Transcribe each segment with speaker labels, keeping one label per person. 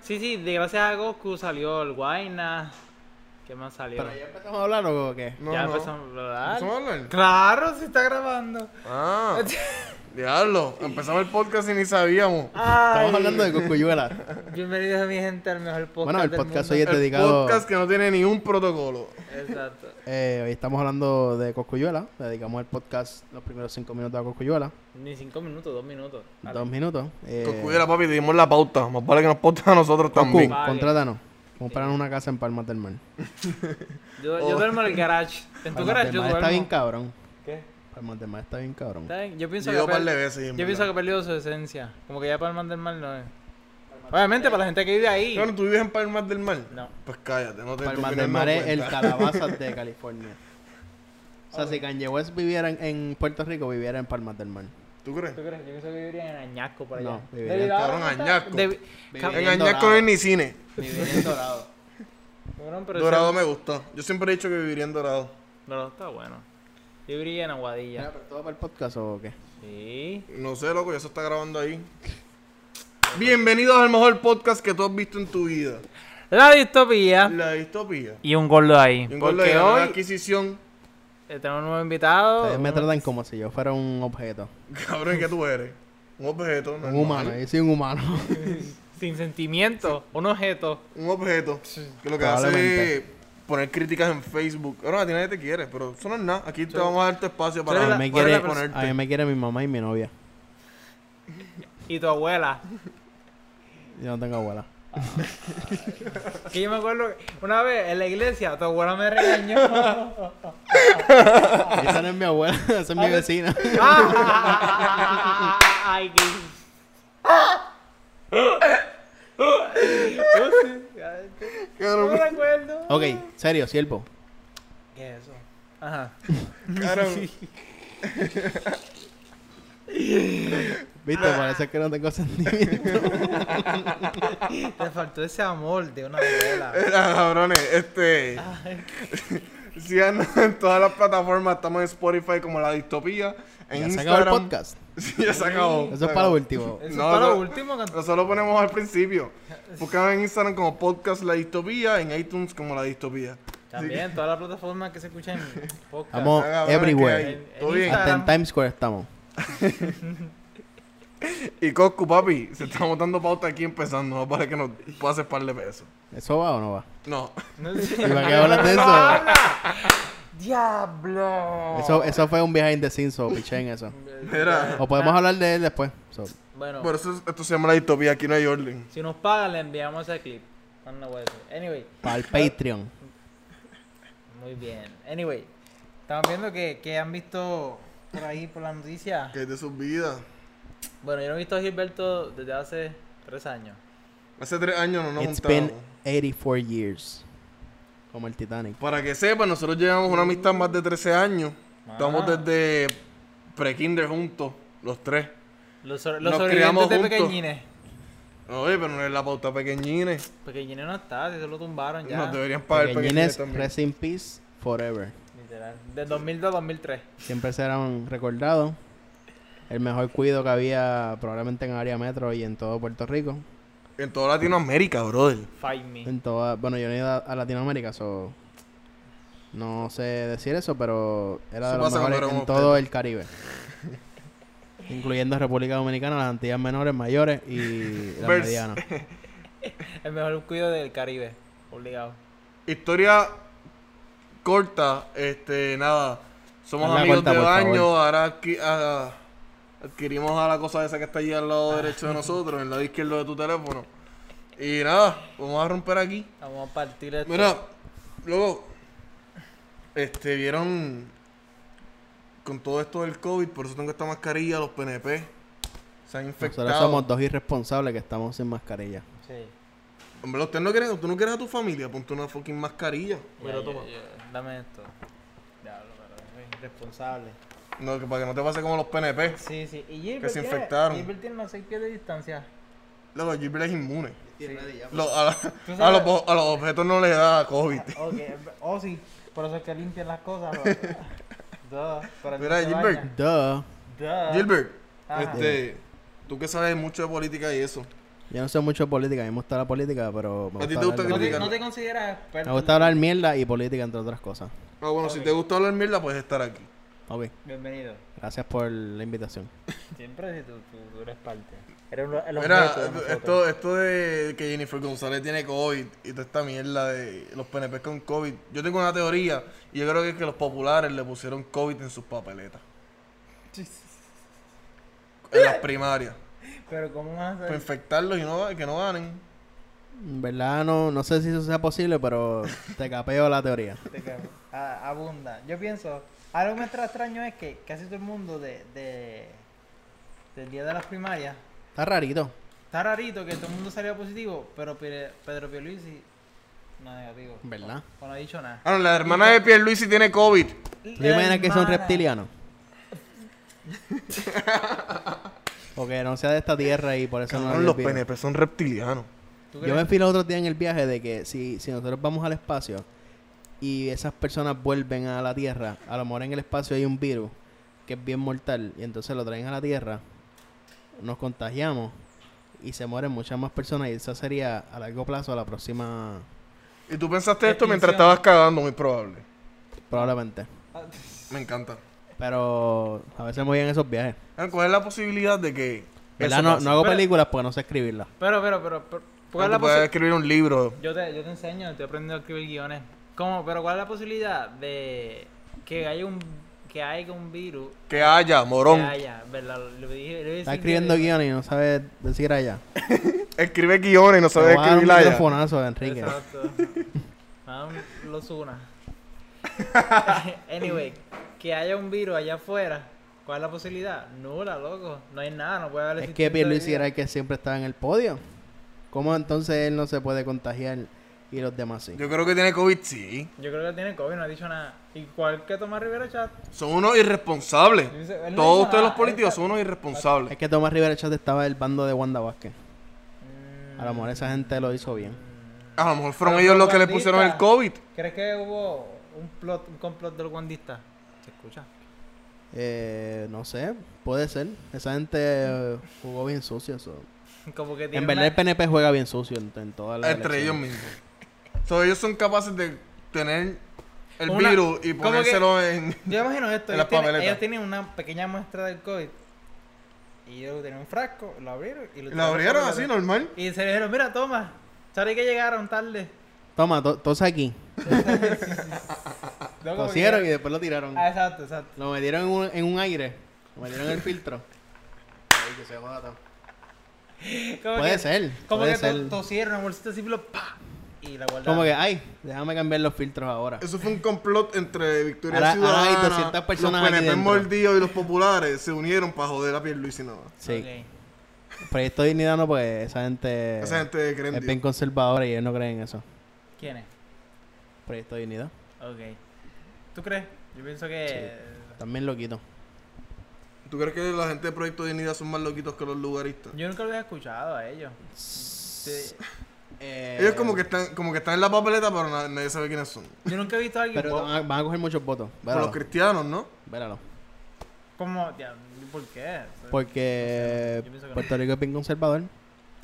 Speaker 1: Sí, sí, de gracias a Goku salió el Guayna. ¿Qué más salió?
Speaker 2: ¿Pero ya empezamos a hablar o qué?
Speaker 3: No,
Speaker 1: ya
Speaker 3: no.
Speaker 1: empezamos a hablar.
Speaker 3: ¿Empezamos a hablar?
Speaker 1: Claro, se está grabando.
Speaker 3: Ah, diablo. Empezamos el podcast y ni sabíamos.
Speaker 1: Ah,
Speaker 2: Estamos
Speaker 1: Ay.
Speaker 2: hablando de Cocuyuela.
Speaker 1: Bienvenidos a mi gente al mejor podcast.
Speaker 2: Bueno, el
Speaker 1: del
Speaker 2: podcast
Speaker 1: mundo.
Speaker 2: hoy es
Speaker 3: el
Speaker 2: dedicado.
Speaker 3: podcast que no tiene ni un protocolo.
Speaker 1: Exacto.
Speaker 2: eh, hoy estamos hablando de Cocuyuela. Le dedicamos el podcast los primeros cinco minutos a Cocuyuela.
Speaker 1: Ni cinco minutos, dos minutos. Dale.
Speaker 2: Dos minutos. Eh,
Speaker 3: Con cuidado, papi, te dimos la pauta. Más vale que nos pautas a nosotros
Speaker 2: Cocu,
Speaker 3: también.
Speaker 1: Vale.
Speaker 2: contrátanos. Compraron una casa en Palmas del Mar.
Speaker 1: Yo, yo
Speaker 3: Oh.
Speaker 1: duermo en el garage. En tu
Speaker 2: Palmas
Speaker 1: garage
Speaker 2: del
Speaker 1: yo
Speaker 2: Mar
Speaker 1: duermo.
Speaker 2: está bien cabrón.
Speaker 1: ¿Qué?
Speaker 2: Palmas del Mar está bien cabrón.
Speaker 1: Está bien. Yo pienso
Speaker 3: Yo he ido
Speaker 1: que.
Speaker 3: par
Speaker 1: per-
Speaker 3: de veces, en
Speaker 1: Yo pienso que
Speaker 3: verdad.
Speaker 1: ha perdido su esencia. Como que ya Palmas del Mar no es. Obviamente, para la gente que vive ahí.
Speaker 3: Bueno, ¿tú vives en Palmas del Mar?
Speaker 1: No.
Speaker 3: Pues cállate, no te
Speaker 2: Palmas
Speaker 3: tu
Speaker 2: del
Speaker 3: opinión no
Speaker 2: Mar es el
Speaker 3: cuenta.
Speaker 2: calabazas de California. O sea, si Kanye West viviera en, en Puerto Rico, viviera en Palmas del Mar.
Speaker 3: ¿Tú crees?
Speaker 1: ¿Tú crees? Yo pienso que viviría en Añasco por allá.
Speaker 2: No, viviría en
Speaker 1: Debido a-
Speaker 3: Cabrón, Añasco.
Speaker 1: Debi-
Speaker 2: Viviría
Speaker 1: Ca-
Speaker 3: En
Speaker 2: en
Speaker 3: Añasco no
Speaker 2: Dorado.
Speaker 3: hay ni cine.
Speaker 2: Viviría en Dorado.
Speaker 1: Cabrón, pero
Speaker 3: Dorado
Speaker 1: ese-
Speaker 3: me gusta. Yo siempre he dicho que viviría en Dorado.
Speaker 1: Dorado está bueno. Yo viviría en
Speaker 2: Mira,
Speaker 1: Aguadilla.
Speaker 2: ¿pero todo para el podcast o qué?
Speaker 1: Sí.
Speaker 3: No sé, loco, ya se está grabando ahí. Bienvenidos al mejor podcast que tú has visto en tu vida.
Speaker 1: La distopía.
Speaker 3: La distopía.
Speaker 1: Y un gordo ahí.
Speaker 3: Y un gol de
Speaker 1: Ah. Porque
Speaker 3: la
Speaker 1: hoy
Speaker 3: adquisición.
Speaker 1: eh, tenemos un nuevo invitado.
Speaker 2: Ustedes me
Speaker 1: un-
Speaker 2: tratan como si yo fuera un objeto.
Speaker 3: Cabrón, ¿qué tú eres? Un objeto.
Speaker 2: Un
Speaker 3: normal.
Speaker 2: humano, yo soy un humano.
Speaker 1: Sin sentimiento. Un objeto.
Speaker 3: Un objeto. Que lo que hace es
Speaker 2: Probablemente.
Speaker 3: poner críticas en Facebook. Ahora a ti nadie te quiere, pero eso no es nada. Aquí te vamos a dar tu espacio
Speaker 1: Tú
Speaker 3: para
Speaker 1: eres
Speaker 2: A
Speaker 1: la-
Speaker 2: mí, me
Speaker 1: tú eres
Speaker 2: quiere,
Speaker 1: la
Speaker 3: poder
Speaker 1: persona-
Speaker 2: a mí
Speaker 3: ponerte.
Speaker 2: me quiere mi mamá y mi novia.
Speaker 1: Y tu abuela.
Speaker 2: Yo no tengo abuela.
Speaker 1: Que yo me acuerdo que una vez en la iglesia tu abuela me regañó.
Speaker 2: Esa no es mi abuela, esa es mi vecina.
Speaker 1: Ay, qué. No sé, ay, qué- No
Speaker 3: Cabrón,
Speaker 1: me acuerdo.
Speaker 2: Ok, serio, siervo.
Speaker 1: ¿Qué es eso? Ajá.
Speaker 3: cabrón.
Speaker 2: Viste,
Speaker 3: Ah.
Speaker 2: parece que no tengo sentimiento.
Speaker 1: Te faltó ese amor de una abuela.
Speaker 3: Era, Ah, cabrones, este. Síganos en todas las plataformas. Estamos en Spotify como La Distopía. En
Speaker 2: Ya se acabó el
Speaker 3: Instagram.
Speaker 2: podcast.
Speaker 3: Sí, ya se acabó.
Speaker 2: Eso es para lo último.
Speaker 1: Eso
Speaker 3: No,
Speaker 1: es para lo
Speaker 3: no.
Speaker 1: último. que-
Speaker 3: Nosotros lo ponemos al principio. Buscan en Instagram como podcast La Distopía, en iTunes como La Distopía.
Speaker 1: También, todas las plataformas que se escuchan podcast.
Speaker 2: Vamos
Speaker 3: Ah, cabrón,
Speaker 2: everywhere.
Speaker 3: ¿qué hay? Todo bien.
Speaker 1: Instagram.
Speaker 2: Hasta en Times Square estamos.
Speaker 3: Y Coscu, papi, se estamos dando pauta aquí empezando. No para que nos pases par de pesos.
Speaker 2: ¿Eso va o no va?
Speaker 3: No.
Speaker 1: No sé.
Speaker 2: ¿Y para qué hablas de eso?
Speaker 1: ¡Habla!
Speaker 3: Oh.
Speaker 1: ¡Diablo!
Speaker 2: Eso, eso fue un viaje indeciso, piché en eso.
Speaker 3: Mira.
Speaker 2: O podemos hablar de él después. So,
Speaker 1: Bueno,
Speaker 3: Por eso es- esto se llama la distopía. Aquí no hay orden.
Speaker 1: si nos pagan, le enviamos ese clip. No, no puede ser. Anyway,
Speaker 2: para
Speaker 3: Ah.
Speaker 2: el Patreon.
Speaker 1: muy bien. Anyway, estamos viendo que, que han visto por ahí, por la noticia.
Speaker 3: Que es de sus vidas.
Speaker 1: Bueno, yo no he visto a Gilberto desde hace tres años.
Speaker 3: Hace tres años no nos
Speaker 2: It's been
Speaker 3: juntamos.
Speaker 2: 84 years. Como el Titanic.
Speaker 3: Para que sepan, nosotros llevamos una amistad más de 13 años. Estamos
Speaker 1: Ah.
Speaker 3: desde pre-kinder juntos, los tres.
Speaker 1: Los, sor-
Speaker 3: Nos
Speaker 1: los sobrevivientes
Speaker 3: criamos
Speaker 1: de
Speaker 3: juntos.
Speaker 1: Pequeñines.
Speaker 3: Oye, pero no es la pauta pequeñines.
Speaker 1: Pequeñines no está, se lo tumbaron ya.
Speaker 3: Nos deberían pagar pequeñines
Speaker 2: Pequeñines,
Speaker 3: también.
Speaker 2: rest in peace forever.
Speaker 1: Literal. De 2002 a 2003.
Speaker 2: Siempre serán recordados. El mejor cuido que había probablemente en área metro y en todo Puerto Rico.
Speaker 3: En toda Latinoamérica, brother.
Speaker 1: Fight me.
Speaker 2: En toda, bueno, yo no he ido a, a Latinoamérica, so, no sé decir eso, pero era
Speaker 3: Eso
Speaker 2: de los
Speaker 3: pasa cuando
Speaker 2: mejores en
Speaker 3: éramos
Speaker 2: todo el Caribe. Incluyendo República Dominicana, las Antillas menores, mayores y las
Speaker 3: Vers-
Speaker 2: medianas.
Speaker 1: El mejor cuido del Caribe. Obligado.
Speaker 3: Historia corta, este, nada. Somos
Speaker 2: Hazla
Speaker 3: amigos
Speaker 2: corta,
Speaker 3: de
Speaker 2: por
Speaker 3: baño,
Speaker 2: favor.
Speaker 3: ahora adqui- ah, adquirimos a la cosa esa que está allí al lado derecho de nosotros, en el lado izquierdo de tu teléfono. Y nada, vamos a romper aquí.
Speaker 1: Vamos a partir esto.
Speaker 3: Mira, luego, este, vieron con todo esto del COVID, por eso tengo esta mascarilla, los PNP se han infectado.
Speaker 2: Nosotros somos dos irresponsables que estamos sin mascarilla.
Speaker 1: Sí.
Speaker 3: Hombre, usted no quiere, tú no quieres a tu familia, ponte una fucking mascarilla. Mira,
Speaker 1: Ya,
Speaker 3: toma.
Speaker 1: ya, ya. Dame esto. Diablo, pero es irresponsable.
Speaker 3: No, que para que no te pase como los PNP.
Speaker 1: Sí, sí. Y
Speaker 3: Que
Speaker 1: Gilbert
Speaker 3: se
Speaker 1: tiene-
Speaker 3: infectaron.
Speaker 1: Gilbert tiene unos 6 pies de distancia.
Speaker 3: Luego, Gilbert es inmune.
Speaker 2: Lo-
Speaker 3: Lo- a, la-
Speaker 1: Tú sabes-
Speaker 3: a los, bo- a los objetos no le da COVID.
Speaker 1: Ok, oh sí, por eso es que limpian las cosas. Pero... Duh, pero
Speaker 3: Mira,
Speaker 1: no se baña.
Speaker 3: Gilbert.
Speaker 2: Duh.
Speaker 1: Duh.
Speaker 3: Gilbert,
Speaker 1: Ah. Ajá.
Speaker 3: este, tú que sabes mucho de política y eso.
Speaker 2: Yo no sé mucho de política, a mí me gusta la política, pero... Me
Speaker 3: ¿A ti
Speaker 2: gusta
Speaker 3: te gusta
Speaker 2: hablar
Speaker 1: ¿No
Speaker 2: de-
Speaker 1: te,
Speaker 3: criticar?
Speaker 1: no te consideras experto?
Speaker 2: Me gusta hablar mierda y política, entre otras cosas.
Speaker 3: Ah, bueno, si
Speaker 1: Ok.
Speaker 3: te gusta hablar mierda, puedes estar aquí.
Speaker 2: Ok,
Speaker 1: Bienvenido.
Speaker 2: gracias por la invitación.
Speaker 1: Siempre si tú, tú, tú eres parte. Eres un- el
Speaker 3: Mira,
Speaker 1: objeto de nosotros.
Speaker 3: esto, esto de que Jennifer González tiene COVID y toda esta mierda de los PNP con COVID, yo tengo una teoría y yo creo que es que los populares le pusieron COVID en sus papeletas. En las primarias.
Speaker 1: Pero ¿cómo vas a
Speaker 3: Para
Speaker 1: hacer?
Speaker 3: infectarlos y no, que no ganen.
Speaker 2: En verdad, no, no sé si eso sea posible, pero te capeo la teoría.
Speaker 1: Te cago. Ah, abunda. Yo pienso, algo me tra- extraño es que casi todo el mundo de, de, del día de las primarias,
Speaker 2: Está rarito.
Speaker 1: está rarito que todo el mundo salió positivo, pero Pire- Pedro Pierluisi no negativo.
Speaker 2: ¿Verdad?
Speaker 1: O no ha dicho nada.
Speaker 3: Ah, no, la hermana de Pierluisi tiene COVID.
Speaker 2: ¿Tú te imaginas que son
Speaker 1: Hermana.
Speaker 2: reptilianos? O que no sea de esta tierra y por eso no
Speaker 3: Cabrón,
Speaker 2: nadie
Speaker 3: los
Speaker 2: opina.
Speaker 3: PNP son reptilianos.
Speaker 1: ¿Tú
Speaker 2: Yo
Speaker 1: crees?
Speaker 2: me fui el otro día en el viaje de que si, si nosotros vamos al espacio y esas personas vuelven a la Tierra, a lo mejor en el espacio hay un virus que es bien mortal y entonces lo traen a la Tierra, nos contagiamos y se mueren muchas más personas y esa sería a largo plazo la próxima
Speaker 3: Y tú pensaste esto mientras
Speaker 1: Extinción.
Speaker 3: estabas cagando, muy probable.
Speaker 2: probablemente.
Speaker 1: Ah,
Speaker 3: Me encanta.
Speaker 2: Pero a veces me voy en esos viajes.
Speaker 3: Ah, ¿Cuál es la posibilidad de que...
Speaker 2: ¿Verdad?
Speaker 3: eso
Speaker 2: No,
Speaker 3: pase?
Speaker 2: no hago
Speaker 1: Pero-
Speaker 2: películas porque no sé escribirlas.
Speaker 1: Pero, pero, pero, pero ¿cuál
Speaker 3: Ah,
Speaker 1: es
Speaker 3: tú
Speaker 1: la
Speaker 3: puedes
Speaker 1: posi-
Speaker 3: escribir un libro.
Speaker 1: Yo te, yo te enseño, estoy aprendiendo a escribir guiones. ¿Cómo? Pero ¿cuál es la posibilidad de que haya un que haya un virus
Speaker 3: Que haya,
Speaker 1: que
Speaker 3: morón.
Speaker 1: haya, verdad? Lo dije, lo dije
Speaker 2: Está
Speaker 1: sin
Speaker 2: escribiendo
Speaker 1: querer.
Speaker 2: guiones y no sabe decir allá.
Speaker 3: Escribe guiones y no
Speaker 2: Te
Speaker 3: sabes
Speaker 2: voy a dar un
Speaker 3: escribir allá.
Speaker 2: microfonazo, Enrique.
Speaker 1: Exacto. Ah, los una. anyway, que haya un virus allá afuera, ¿cuál es la posibilidad? Nula, loco. No hay nada, no puede haber
Speaker 2: Es que
Speaker 1: Luis
Speaker 2: Pierluisi era el que siempre estaba en el podio. ¿Cómo entonces él no se puede contagiar y los demás sí?
Speaker 3: Yo creo que tiene COVID, sí.
Speaker 1: Yo creo que tiene COVID, no ha dicho nada. Igual que Tomás Rivera Chat.
Speaker 3: Son unos irresponsables.
Speaker 1: Él dice- él no
Speaker 3: Todos
Speaker 1: hizo
Speaker 3: ustedes
Speaker 1: nada,
Speaker 3: los políticos
Speaker 1: él
Speaker 3: son unos irresponsables.
Speaker 2: Es que Tomás Rivera Chat estaba del bando de Wanda Vázquez.
Speaker 1: Mm,
Speaker 2: A lo mejor esa gente lo hizo bien.
Speaker 3: A lo mejor fueron
Speaker 1: Pero
Speaker 3: ellos
Speaker 1: los
Speaker 3: los que le
Speaker 1: bandistas.
Speaker 3: pusieron el COVID.
Speaker 1: ¿Crees que hubo un plot, un complot de los guandistas? ¿Se escucha?
Speaker 2: Eh, no sé, puede ser. Esa gente eh, jugó bien sucio. so.
Speaker 1: Como que tiene
Speaker 2: En verdad
Speaker 1: una-
Speaker 2: el PNP juega bien sucio en, en todas las
Speaker 3: Entre ellos
Speaker 2: elecciones.
Speaker 3: mismos. So, ellos son capaces de tener el
Speaker 1: Una-
Speaker 3: virus y
Speaker 1: ¿Cómo que-
Speaker 3: ponérselo en.
Speaker 1: Yo imagino esto.
Speaker 3: En
Speaker 1: Ellos
Speaker 3: las
Speaker 1: tienen,
Speaker 3: papeletas.
Speaker 1: ellos tienen una pequeña muestra del COVID. Y ellos tenían un frasco, lo abrieron y lo
Speaker 3: Lo abrieron así,
Speaker 1: ¿no?
Speaker 3: normal.
Speaker 1: Y se le dijeron, mira, toma. Sabes que llegaron tarde.
Speaker 2: Toma, to- tosa aquí.
Speaker 1: No, como
Speaker 2: Tosieron y
Speaker 1: que-
Speaker 2: después lo tiraron.
Speaker 1: Ah, exacto, exacto.
Speaker 2: Lo metieron en un, en un aire. Lo metieron en el filtro. Ay, que se joda todo.
Speaker 1: Como
Speaker 2: Puede
Speaker 1: que-
Speaker 2: ser.
Speaker 1: Como
Speaker 2: puede
Speaker 1: que
Speaker 2: ser.
Speaker 1: to- tosieron una bolsita así, lo pa. Y la guardaron.
Speaker 2: Como que, ay, déjame cambiar los filtros ahora.
Speaker 3: Eso fue un complot entre Victoria
Speaker 2: Ahora- ahora hay
Speaker 3: Ciudadana,
Speaker 2: 200 personas
Speaker 3: los
Speaker 2: aquí
Speaker 3: PNP
Speaker 2: dentro.
Speaker 3: mordidos y los populares se unieron para joder a Pierluisi nada. más.
Speaker 2: Sí.
Speaker 1: Ok.
Speaker 2: Proyecto Dignidad no, porque esa gente,
Speaker 3: Esa gente cree en
Speaker 2: es
Speaker 3: Dios.
Speaker 2: bien conservadora y ellos no creen en eso.
Speaker 1: ¿Quién es?
Speaker 2: Proyecto Dignidad.
Speaker 1: Ok. ¿Tú crees? Yo pienso que.
Speaker 2: También lo quito.
Speaker 3: ¿Tú crees que la gente de Proyecto Dignidad son más loquitos que los lugaristas?
Speaker 1: Yo nunca lo había escuchado a ellos. Sí.
Speaker 2: Eh,
Speaker 3: Ellos como que están, como que están en la papeleta, pero na- nadie sabe quiénes son.
Speaker 1: Yo nunca he visto a alguien.
Speaker 2: Pero
Speaker 1: bo-
Speaker 2: van a, van a coger muchos votos.
Speaker 3: Por
Speaker 2: Véralo.
Speaker 3: los cristianos, ¿no?
Speaker 2: véralo.
Speaker 1: Como, ya, ¿por qué?
Speaker 2: Porque
Speaker 1: Yo pienso que no.
Speaker 2: Puerto Rico es bien conservador.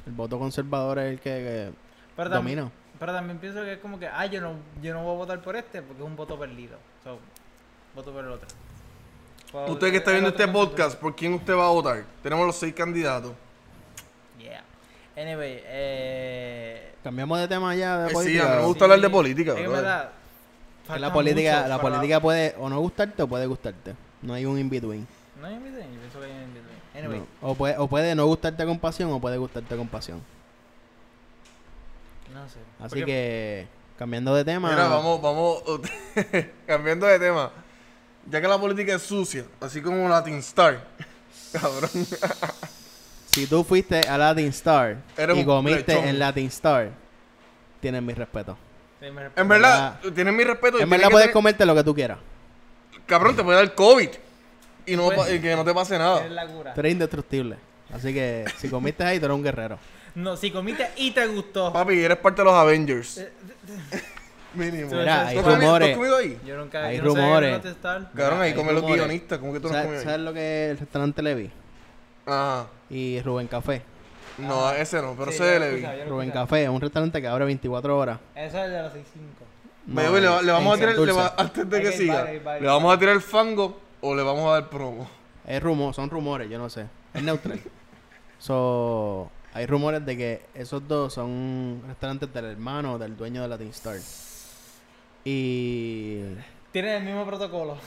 Speaker 2: El voto conservador es el que, que
Speaker 1: Pero tam-
Speaker 2: domina.
Speaker 1: Pero también pienso que es como que, ah, yo no, yo no voy a votar por este porque es un voto perdido. So, voto por el otro. Puedo-
Speaker 3: Usted que está
Speaker 1: el
Speaker 3: viendo
Speaker 1: otro
Speaker 3: este
Speaker 1: no se-
Speaker 3: podcast, ¿por quién usted va a votar? Tenemos los seis candidatos.
Speaker 1: Yeah. Anyway, eh.
Speaker 2: Cambiamos de tema ya de
Speaker 3: Eh, sí,
Speaker 2: política.
Speaker 3: a mí me
Speaker 2: ¿no?
Speaker 3: gusta hablar de política,
Speaker 1: es que en
Speaker 3: brother.
Speaker 1: verdad,
Speaker 2: Que
Speaker 1: falta
Speaker 2: la política,
Speaker 1: mucho
Speaker 2: la
Speaker 1: para-
Speaker 2: política puede o no gustarte o puede gustarte. No hay un in-between.
Speaker 1: No hay un yo pienso que hay un between. Anyway,
Speaker 2: No. O, puede, o puede no gustarte con pasión o puede gustarte con pasión.
Speaker 1: no, sé.
Speaker 2: Así
Speaker 1: Porque-
Speaker 2: que, cambiando de tema.
Speaker 3: Mira, vamos, vamos, cambiando de tema. Ya que la política es sucia, así como Latin Star. Cabrón.
Speaker 2: Si tú fuiste a Latin Star
Speaker 3: Eres
Speaker 2: y
Speaker 3: un
Speaker 2: comiste
Speaker 3: lechón.
Speaker 2: en Latin Star, tienes mi respeto.
Speaker 1: Sí, me respeto.
Speaker 3: En verdad, tienes mi respeto. y
Speaker 2: En
Speaker 3: tienes
Speaker 2: verdad
Speaker 3: que
Speaker 2: puedes
Speaker 3: tener-
Speaker 2: comerte lo que tú quieras.
Speaker 3: Cabrón, te puede dar COVID. Y, no,
Speaker 1: Pues-
Speaker 3: pa- y que no te pase
Speaker 1: Eres
Speaker 3: nada.
Speaker 1: la cura.
Speaker 2: Tú eres indestructible. Así que si comiste ahí, tú eres un guerrero.
Speaker 1: No, si comiste y te gustó.
Speaker 3: Papi, eres parte de los Avengers.
Speaker 1: Eh,
Speaker 3: Mínimo.
Speaker 1: Mira,
Speaker 3: ¿Tú has
Speaker 1: hay
Speaker 3: comido- tú has
Speaker 2: rumores.
Speaker 3: comido ahí?
Speaker 1: Yo nunca
Speaker 2: Hay
Speaker 1: yo no sabía que
Speaker 2: rumores.
Speaker 1: no te estaba-
Speaker 3: Cabrón, ahí
Speaker 2: Hay
Speaker 3: comen los
Speaker 2: rumores.
Speaker 3: guionistas. ¿Cómo que tú no has
Speaker 2: ¿Sabes,
Speaker 3: comido ahí?
Speaker 2: sabes lo que es el restaurante Levi?
Speaker 3: Ajá.
Speaker 2: Y Rubén Café.
Speaker 3: No, ese no, pero
Speaker 1: Ah. Sí,
Speaker 3: ese
Speaker 1: yo
Speaker 3: de
Speaker 1: lo he
Speaker 3: Levi.
Speaker 1: escuchado, yo lo he
Speaker 2: Rubén
Speaker 1: escuchado.
Speaker 2: Café, un restaurante que abre 24 horas.
Speaker 1: Eso es el de los 65.
Speaker 3: By the
Speaker 2: No,
Speaker 3: way, le, va- le vamos a
Speaker 2: en
Speaker 3: tirar, le va-
Speaker 2: Santurce.
Speaker 3: antes de
Speaker 1: Hay
Speaker 3: que
Speaker 1: que ir
Speaker 3: siga,
Speaker 1: varios, hay varios.
Speaker 3: le vamos a tirar el fango o le vamos a dar promo.
Speaker 2: Es rumor, son rumores, yo no sé. Es neutral. so, hay rumores de que esos dos son restaurantes del hermano o del dueño de Latin Star. Y.
Speaker 1: Tienen el mismo protocolo.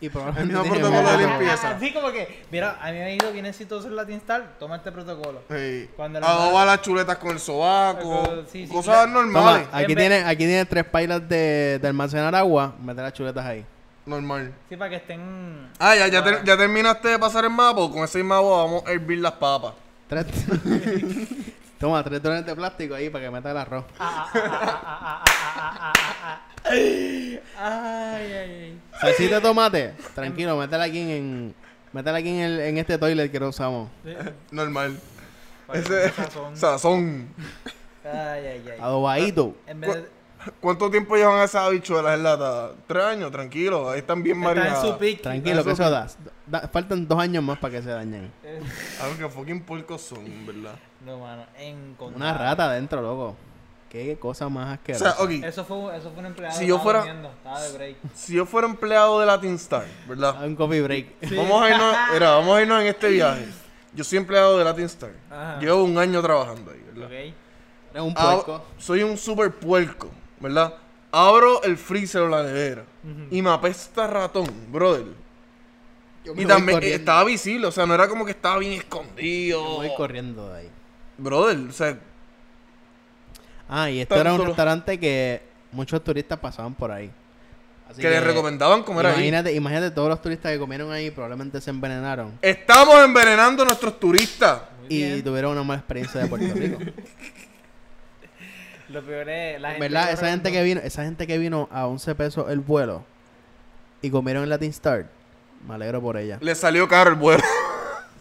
Speaker 2: Y probablemente.
Speaker 3: mismo
Speaker 2: tienen
Speaker 3: protocolo de
Speaker 2: mismo-
Speaker 3: limpieza.
Speaker 1: Así como que, mira, a mí me ha ido bien exitoso el Latin Star, toma este protocolo.
Speaker 3: Sí.
Speaker 1: Cuando le
Speaker 3: Adoba
Speaker 1: mandan-
Speaker 3: las chuletas con el sobaco,
Speaker 1: Eso, sí, sí,
Speaker 3: cosas
Speaker 1: sí.
Speaker 3: normales.
Speaker 2: Toma, aquí
Speaker 1: En vez-
Speaker 2: tienes aquí tiene tres pailas de, de almacenar agua, meter las chuletas ahí.
Speaker 3: Normal.
Speaker 1: Sí, para que estén.
Speaker 3: Ah, ya, ya, ter- ya terminaste de pasar el mapa. o Con ese mismo agua vamos a hervir las papas.
Speaker 2: Tres. Toma, tres dólares de plástico ahí para que meta el arroz.
Speaker 1: Ah, ah, ah, ah, ah, ah, ah, ah, ah, ah. Ay, ay, ay.
Speaker 2: Salsita de tomate, tranquilo, métela aquí en. Métela aquí en, el, en este toilet que no usamos.
Speaker 3: Normal.
Speaker 1: Para que
Speaker 3: Ese
Speaker 1: tenga sazón.
Speaker 3: sazón.
Speaker 1: Ay, ay, ay.
Speaker 2: Adobadito.
Speaker 1: En vez de.
Speaker 3: ¿Cuánto tiempo llevan esas habichuelas en lata? Tres años, tranquilo. Ahí están bien
Speaker 1: Está en
Speaker 3: marinadas.
Speaker 1: su pick.
Speaker 2: Tranquilo, que eso da, da- Faltan dos años más para que se dañen.
Speaker 3: Algo que Ah, fucking puercos son, ¿verdad?
Speaker 1: No, mano, en contra-
Speaker 2: Una rata adentro, loco. Qué cosa más
Speaker 3: O
Speaker 2: asquerosa.
Speaker 3: sea, ok.
Speaker 1: Eso fue, un- eso fue un empleado.
Speaker 3: Si yo
Speaker 1: estaba
Speaker 3: fuera-
Speaker 1: durmiendo, estaba de break.
Speaker 3: Si yo fuera empleado de Latin Star, ¿verdad?
Speaker 2: Un coffee break.
Speaker 3: Vamos a irnos, mira, vamos a irnos en este viaje. Yo soy empleado de Latin Star.
Speaker 1: Ajá.
Speaker 3: Llevo un año trabajando ahí, ¿verdad?
Speaker 1: Ok.
Speaker 2: Eres un
Speaker 3: Ah,
Speaker 2: puerco.
Speaker 3: soy un super puerco, ¿verdad? Abro el freezer o la nevera y me apesta ratón, brother.
Speaker 2: Yo me
Speaker 3: Y
Speaker 2: voy
Speaker 3: también eh,
Speaker 2: corriendo.
Speaker 3: estaba visible, o sea, no era como que estaba bien
Speaker 2: Me
Speaker 3: escondido.
Speaker 2: voy corriendo de ahí.
Speaker 3: Brother, o sea,
Speaker 2: Ah, y esto era un
Speaker 3: Tanto lo-
Speaker 2: restaurante que muchos turistas pasaban por ahí. Así
Speaker 3: que le recomendaban comer ahí.
Speaker 2: imagínate, imagínate todos los turistas que comieron ahí probablemente se envenenaron
Speaker 3: Estamos envenenando a nuestros turistas.
Speaker 1: Muy
Speaker 2: y
Speaker 1: bien.
Speaker 2: tuvieron una mala experiencia de Puerto Rico.
Speaker 1: Lo peor es la
Speaker 2: En
Speaker 1: gente.
Speaker 2: verdad, esa gente que vino, esa gente que vino a 11 pesos el vuelo y comieron en Latin Star, me alegro por ella.
Speaker 3: Le salió caro el vuelo.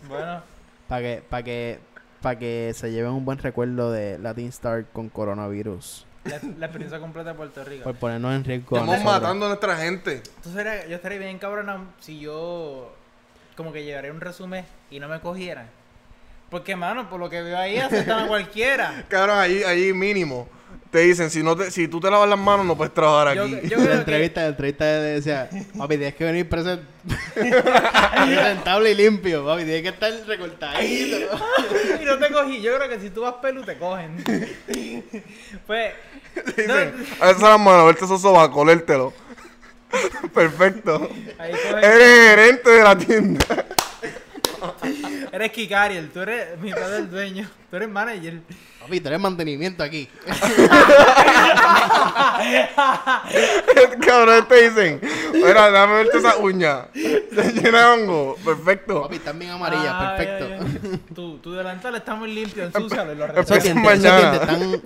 Speaker 1: Bueno,
Speaker 2: Para que, para que, para que se lleven un buen recuerdo de Latin Star con coronavirus.
Speaker 1: la, la experiencia completa de Puerto Rico.
Speaker 2: Por ponernos en riesgo. a
Speaker 3: Estamos
Speaker 2: nosotros.
Speaker 3: matando a nuestra gente.
Speaker 1: Entonces era- yo estaría bien cabrona si yo. Como que llevaría un resumen y no me cogieran. Porque, mano, por lo que veo ahí, aceptan a cualquiera.
Speaker 3: Cabrón, ahí, ahí mínimo. Te dicen, si no te, si tú te lavas las manos, no puedes trabajar
Speaker 1: Yo,
Speaker 3: aquí.
Speaker 1: yo
Speaker 2: La
Speaker 1: creo que.
Speaker 2: entrevista, la entrevista decía, papi, tienes que venir present- presentable y limpio, papi, tienes que estar recortadito.
Speaker 1: Y no te cogí. Yo creo que si tú vas pelu, te cogen. Pues.
Speaker 3: Te
Speaker 1: no,
Speaker 3: dicen, a veces las manos, a verte esos sobacos, olértelo. Perfecto.
Speaker 1: ahí cogen.
Speaker 3: Eres gerente de la tienda.
Speaker 1: Eres Kikariel, tú eres mi padre el dueño, tú eres manager.
Speaker 2: Papi, tenés mantenimiento aquí.
Speaker 3: Cabrón, te dicen, mira, dame verte esa uña. Se llena de hongo. Perfecto.
Speaker 2: Papi, están bien amarillas,
Speaker 1: Ah,
Speaker 2: perfecto.
Speaker 1: ya, ya. Tu, tu delantal está muy limpio, ensúcialo y lo
Speaker 2: Esos
Speaker 3: Empieza
Speaker 2: dientes, esos
Speaker 3: mañana.
Speaker 2: dientes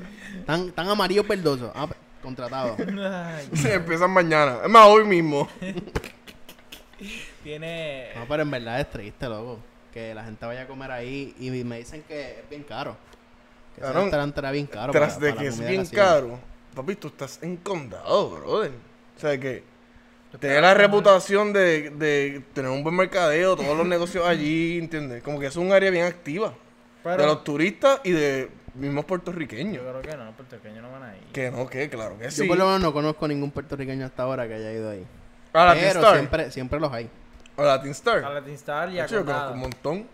Speaker 2: tan, tan, tan amarillos verdosos. Ah, contratado.
Speaker 1: Ay,
Speaker 3: Sí, empiezan mañana. Es más, hoy mismo.
Speaker 1: Tiene.
Speaker 2: No, pero en verdad es triste, loco. Que la gente vaya a comer ahí y me dicen que es bien caro. Que ese
Speaker 3: Cabrón,
Speaker 2: restaurante era bien caro.
Speaker 3: Tras
Speaker 2: Ah, para-
Speaker 3: de
Speaker 2: para
Speaker 3: que
Speaker 2: la
Speaker 3: es
Speaker 2: comida
Speaker 3: bien
Speaker 2: que hacían.
Speaker 3: caro, papi, tú estás en condado, brother. O sea que tener la reputación de, de tener un buen mercadeo, todos los negocios allí, ¿entiendes? Como que es un área bien activa. de
Speaker 1: Pero-
Speaker 3: los turistas y de mismos
Speaker 1: Yo
Speaker 3: puertorriqueños.
Speaker 1: creo que no, los puertorriqueños no van a ir.
Speaker 3: Que no, que claro que
Speaker 2: Yo
Speaker 3: sí.
Speaker 2: por lo menos no conozco ningún puertorriqueño hasta ahora que haya ido ahí.
Speaker 3: A Latin
Speaker 2: pero
Speaker 3: Star.
Speaker 2: siempre, siempre los hay.
Speaker 3: A Latin Star.
Speaker 1: A Latin Star y a
Speaker 3: Macho, Yo conozco un
Speaker 1: Condado.
Speaker 3: montón.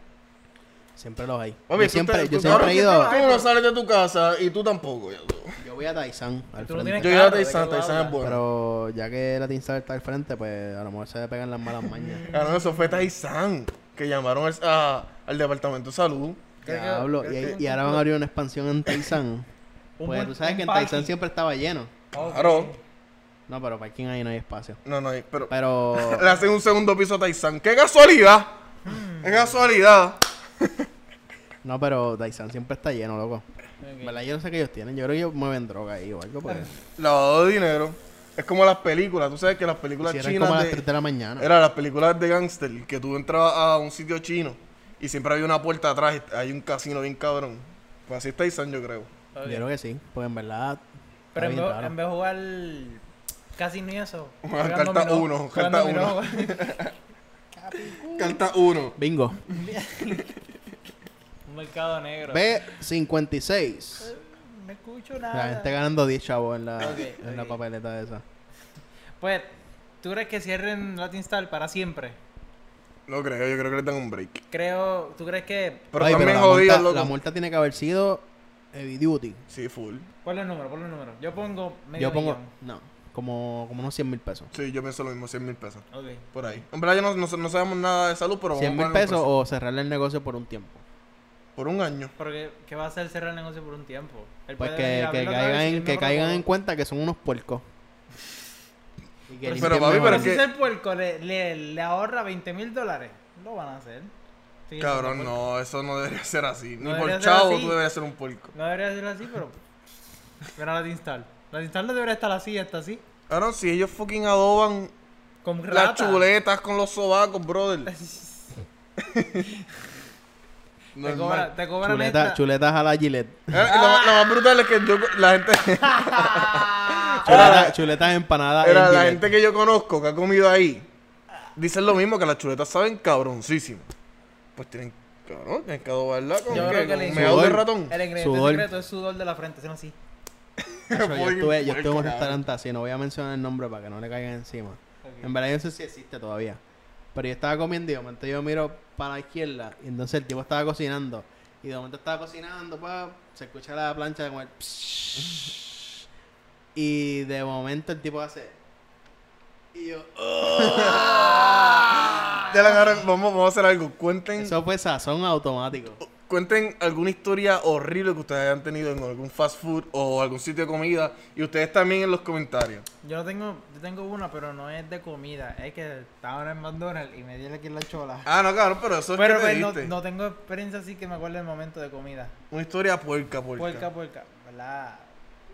Speaker 2: Siempre los hay.
Speaker 3: Papi,
Speaker 2: yo
Speaker 3: tú
Speaker 2: siempre,
Speaker 3: te-
Speaker 2: yo
Speaker 3: tú-
Speaker 2: siempre
Speaker 3: cabrón,
Speaker 2: he ido.
Speaker 3: Tú no sales de tu casa y tú tampoco. ya tú.
Speaker 2: Yo voy a Taizán al
Speaker 1: Tú no tienes
Speaker 2: frente.
Speaker 3: Yo iba a
Speaker 1: Claro, ¿de
Speaker 3: Taizán,
Speaker 1: qué tú
Speaker 3: Taizán es
Speaker 1: hablas?
Speaker 3: bueno.
Speaker 2: Pero ya que la Tinstar está al frente, pues a lo mejor se le pegan las malas mañas.
Speaker 3: Cabrón, Ah, eso fue Taizán. Que llamaron al- a- al Departamento de Salud.
Speaker 1: Creo que-
Speaker 2: Diablo,
Speaker 1: creo
Speaker 2: y,
Speaker 1: que
Speaker 2: ahí-
Speaker 1: un
Speaker 2: y ahora van a abrir una expansión en Taizán.
Speaker 1: Un
Speaker 2: pues
Speaker 1: buen-
Speaker 2: tú sabes
Speaker 1: un
Speaker 2: que en
Speaker 1: parking.
Speaker 2: Taizán siempre estaba lleno.
Speaker 1: Ok.
Speaker 3: Claro.
Speaker 2: No, pero parking ahí no hay espacio.
Speaker 3: No, no, hay- pero
Speaker 2: Pero
Speaker 3: Le hacen un segundo piso a Taizán. ¡Qué casualidad! ¡Qué casualidad!
Speaker 2: no, pero Taizán siempre está lleno, loco.
Speaker 1: Ok.
Speaker 2: ¿Verdad? Yo no sé qué ellos tienen. Yo creo que ellos mueven droga ahí o algo pues. porque
Speaker 3: Lavado de dinero. Es como las películas. Tú sabes que las películas
Speaker 2: si eran
Speaker 3: chinas.
Speaker 2: como a las
Speaker 3: de-
Speaker 2: 3 de la mañana.
Speaker 3: Era las películas de gángster. Que tú entrabas a un sitio chino y siempre había una puerta atrás. y Hay un casino bien cabrón. Pues así es Taizán, yo creo.
Speaker 1: Ok.
Speaker 2: Yo creo que sí, porque en verdad
Speaker 1: Pero en
Speaker 2: está bien
Speaker 1: vez,
Speaker 2: raro.
Speaker 1: en vez de jugar casino y eso.
Speaker 3: Jugar
Speaker 1: juegan
Speaker 3: carta
Speaker 1: dominó,
Speaker 3: uno,
Speaker 1: juegan
Speaker 3: carta
Speaker 1: dominó.
Speaker 3: Carta 1.
Speaker 2: Bingo.
Speaker 1: Un mercado negro.
Speaker 2: B56.
Speaker 1: No escucho
Speaker 2: La
Speaker 1: nada.
Speaker 2: gente ganando 10 chavos en la,
Speaker 1: Ah. Ok,
Speaker 2: en la
Speaker 1: ok.
Speaker 2: papeleta esa.
Speaker 1: Pues, ¿tú crees que cierren Latin Star para siempre?
Speaker 3: No creo, yo creo que le dan un break.
Speaker 1: Creo, ¿tú crees que...
Speaker 3: Pero
Speaker 2: Ay,
Speaker 3: también
Speaker 2: la
Speaker 3: jodido,
Speaker 2: multa- La
Speaker 3: loco.
Speaker 2: multa tiene que haber sido heavy duty.
Speaker 3: Sí, full.
Speaker 1: Ponle el número, ponle el número. Yo pongo medio
Speaker 2: Yo pongo,
Speaker 1: millón.
Speaker 2: no, como, como unos 100 mil pesos.
Speaker 3: Sí, yo pienso lo mismo, 100 mil pesos.
Speaker 1: Ok.
Speaker 3: Por ahí. En verdad, yo no, no, no sabemos nada de salud, pero vamos a
Speaker 2: 100 mil
Speaker 3: ponerle un
Speaker 2: pesos
Speaker 3: precio.
Speaker 2: o cerrarle el negocio por un tiempo.
Speaker 3: Por un año.
Speaker 1: Porque, ¿qué va a hacer cerrar el negocio por un tiempo? Él
Speaker 2: Pues
Speaker 1: puede venir
Speaker 2: que,
Speaker 1: a
Speaker 2: que
Speaker 1: abrirlo otra
Speaker 2: caigan,
Speaker 1: vez y
Speaker 2: en-
Speaker 1: él
Speaker 2: que
Speaker 1: mejora
Speaker 2: caigan
Speaker 1: todo.
Speaker 2: en cuenta que son unos puercos. Y que
Speaker 1: Pero-
Speaker 2: limpien
Speaker 3: pero, papi,
Speaker 2: mejor.
Speaker 1: Pero
Speaker 3: es
Speaker 1: si
Speaker 3: que-
Speaker 1: ese puerco le, le, le ahorra 20 mil dólares, lo van a hacer. Sigue
Speaker 3: Cabrón,
Speaker 1: siendo
Speaker 3: no, eso no debería ser así. Ni
Speaker 1: No
Speaker 3: por
Speaker 1: debería ser
Speaker 3: chavo
Speaker 1: así.
Speaker 3: tú deberías ser un puerco.
Speaker 1: puerco. No debería ser así, pero... Pero Latin Star. Latin Star no debería estar así, está así.
Speaker 3: Cabrón, si ellos fucking adoban
Speaker 1: Con
Speaker 3: las
Speaker 1: rata.
Speaker 3: chuletas con los sobacos, brother.
Speaker 1: Te,
Speaker 3: Normal.
Speaker 1: cobra, te cobran
Speaker 2: Chuleta-
Speaker 1: esta.
Speaker 2: chuletas a la Gillette.
Speaker 3: Eh, Lo, más- lo más brutal es que yo, la gente,
Speaker 1: Ah.
Speaker 2: Chuleta- chuletas empanadas. en
Speaker 3: era la
Speaker 2: Gillette.
Speaker 3: gente que yo conozco que ha comido ahí, dicen lo mismo que las chuletas saben cabroncísimo. Pues tienen, cabrón, tienen que adobarla con,
Speaker 1: Yo
Speaker 3: ¿qué?
Speaker 1: creo que
Speaker 3: con
Speaker 1: le-
Speaker 3: meado de
Speaker 2: Sudor.
Speaker 3: ratón.
Speaker 1: El ingrediente
Speaker 2: Sudor.
Speaker 1: secreto es sudor de la frente, hacen así.
Speaker 2: Cacho, yo
Speaker 3: Fucking
Speaker 2: estuve, yo estuve en
Speaker 3: puerco,
Speaker 2: un
Speaker 3: cabrón.
Speaker 2: restaurante así, no voy a mencionar el nombre para que no le caigan encima.
Speaker 1: Ok.
Speaker 2: En verdad yo no sé si existe todavía. Pero yo estaba comiendo y de momento yo miro para la izquierda y entonces el tipo estaba cocinando. Y de momento estaba cocinando, pa, se escucha la plancha como el... psh. y de momento el tipo hace... Y yo...
Speaker 3: Ya la agarran, vamos, vamos a hacer algo. Cuenten,
Speaker 2: Eso fue sazón automático.
Speaker 3: cuenten alguna historia horrible que ustedes hayan tenido en algún fast food o algún sitio de comida y ustedes también en los comentarios.
Speaker 1: Yo no tengo, yo tengo una, pero no es de comida. Es que estaba en McDonald's y me dieron aquí en la chola.
Speaker 3: Ah, no, cabrón, pero eso es
Speaker 1: pero
Speaker 3: que te
Speaker 1: pues, no,
Speaker 3: diste.
Speaker 1: no tengo experiencia así que me acuerde el momento de comida.
Speaker 3: Una historia puerca, puerca.
Speaker 1: Puerca, puerca. ¿Verdad?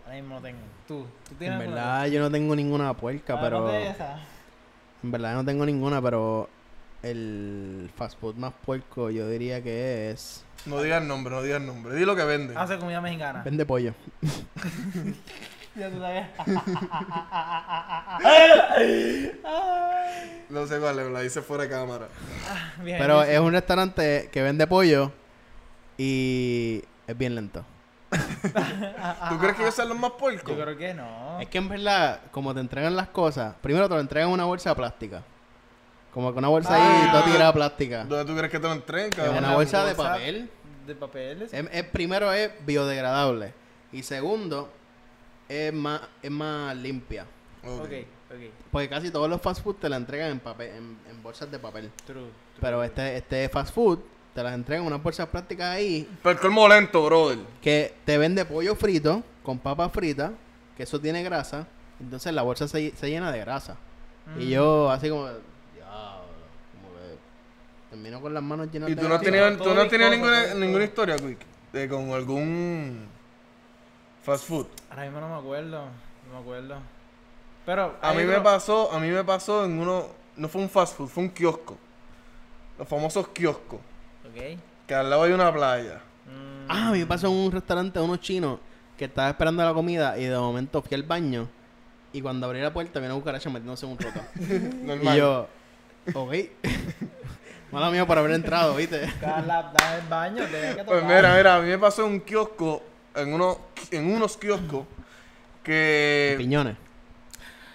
Speaker 1: Ahora mismo no tengo. Tú, tú tienes
Speaker 2: En
Speaker 1: alguna?
Speaker 2: verdad yo no tengo ninguna puerca,
Speaker 1: Ah,
Speaker 2: pero...
Speaker 1: no te esa.
Speaker 2: En verdad no tengo ninguna, pero el fast food más puerco yo diría que es...
Speaker 3: No digas nombre, no digas nombre. Di lo que venden.
Speaker 1: Hace comida mexicana.
Speaker 2: Vende pollo.
Speaker 1: Ya tú sabes. Ay.
Speaker 3: No sé cuál es, la hice fuera de cámara.
Speaker 1: Bien,
Speaker 2: Pero eh,
Speaker 1: bien.
Speaker 2: es un restaurante que vende pollo y es bien lento.
Speaker 3: ¿Tú crees que ellos son los más puercos?
Speaker 1: Ah, Yo creo que no.
Speaker 2: Es que en verdad, como te entregan las cosas, primero te lo entregan en una bolsa plástica. Como que una bolsa ahí,
Speaker 1: Ah.
Speaker 2: toda tirada plástica.
Speaker 3: ¿Dónde tú crees que te lo entren,
Speaker 2: En
Speaker 3: cabrón?
Speaker 2: una
Speaker 1: una
Speaker 2: bolsa de
Speaker 1: bolsa.
Speaker 2: papel.
Speaker 1: De papeles.
Speaker 2: Es, es- primero es biodegradable. Y segundo, es más, es más limpia.
Speaker 3: Ok.
Speaker 1: Ok, ok.
Speaker 2: Porque casi todos los fast food te la entregan en, papel, en, en bolsas de papel.
Speaker 1: True.
Speaker 2: Pero este, este fast food te las entregan en unas bolsas plásticas ahí
Speaker 3: Pero el colmo lento, brother.
Speaker 2: que te vende pollo frito con papas fritas, que eso tiene grasa, entonces la bolsa se, se llena de grasa.
Speaker 1: Mm.
Speaker 2: Y yo así como, diablo, como que termino con las manos llenas
Speaker 3: ¿Y
Speaker 2: de
Speaker 3: tú no has
Speaker 2: grasa.
Speaker 3: tenido,
Speaker 1: todo
Speaker 3: tú no has tenido
Speaker 1: viscoso,
Speaker 3: ninguna,
Speaker 1: todo
Speaker 3: ninguna
Speaker 1: viscoso.
Speaker 3: historia, Quick? De con algún fast food.
Speaker 1: Ahora mismo no me acuerdo. No me acuerdo. Pero. eh,
Speaker 3: A
Speaker 1: hay
Speaker 3: mí me
Speaker 1: otro-
Speaker 3: pasó, a mí me pasó en uno, no fue un fast food, fue un kiosco. Los famosos kioscos,
Speaker 1: Ok.
Speaker 3: que al lado hay una playa.
Speaker 1: Mm,
Speaker 2: Ah, a mí me pasó en un restaurante de unos chinos que estaba esperando la comida y de momento fui al baño y cuando abrí la puerta vino un cucaracha metiéndose en un roto.
Speaker 3: Normal.
Speaker 2: y yo, ok. Mala mía por haber entrado, ¿viste?
Speaker 1: Carla, da el baño. tenía que
Speaker 3: Pues
Speaker 1: tocar.
Speaker 3: mira, mira, a mí me pasó en un kiosco, en, uno, en unos kioscos, que...
Speaker 2: Piñones.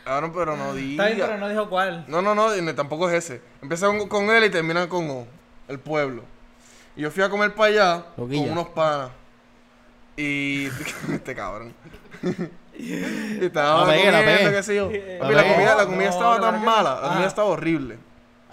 Speaker 3: Cabrón, pero no
Speaker 1: Está bien, pero
Speaker 3: diga.
Speaker 1: no dijo cuál.
Speaker 3: No, no, no, y tampoco es ese. Empieza con, con él y termina con O, el pueblo. Y yo fui a comer para allá
Speaker 2: Loquilla.
Speaker 3: con unos panas. Y este cabrón. y estaba
Speaker 2: La pegué, la
Speaker 3: comiendo,
Speaker 2: pegué.
Speaker 3: qué sé yo.
Speaker 1: Eh,
Speaker 3: Papi,
Speaker 2: la
Speaker 3: la
Speaker 2: pegué.
Speaker 3: comida, la comida
Speaker 1: No,
Speaker 3: estaba
Speaker 1: la
Speaker 3: tan
Speaker 1: verdad que-
Speaker 3: mala, la comida
Speaker 1: Ah.
Speaker 3: estaba horrible.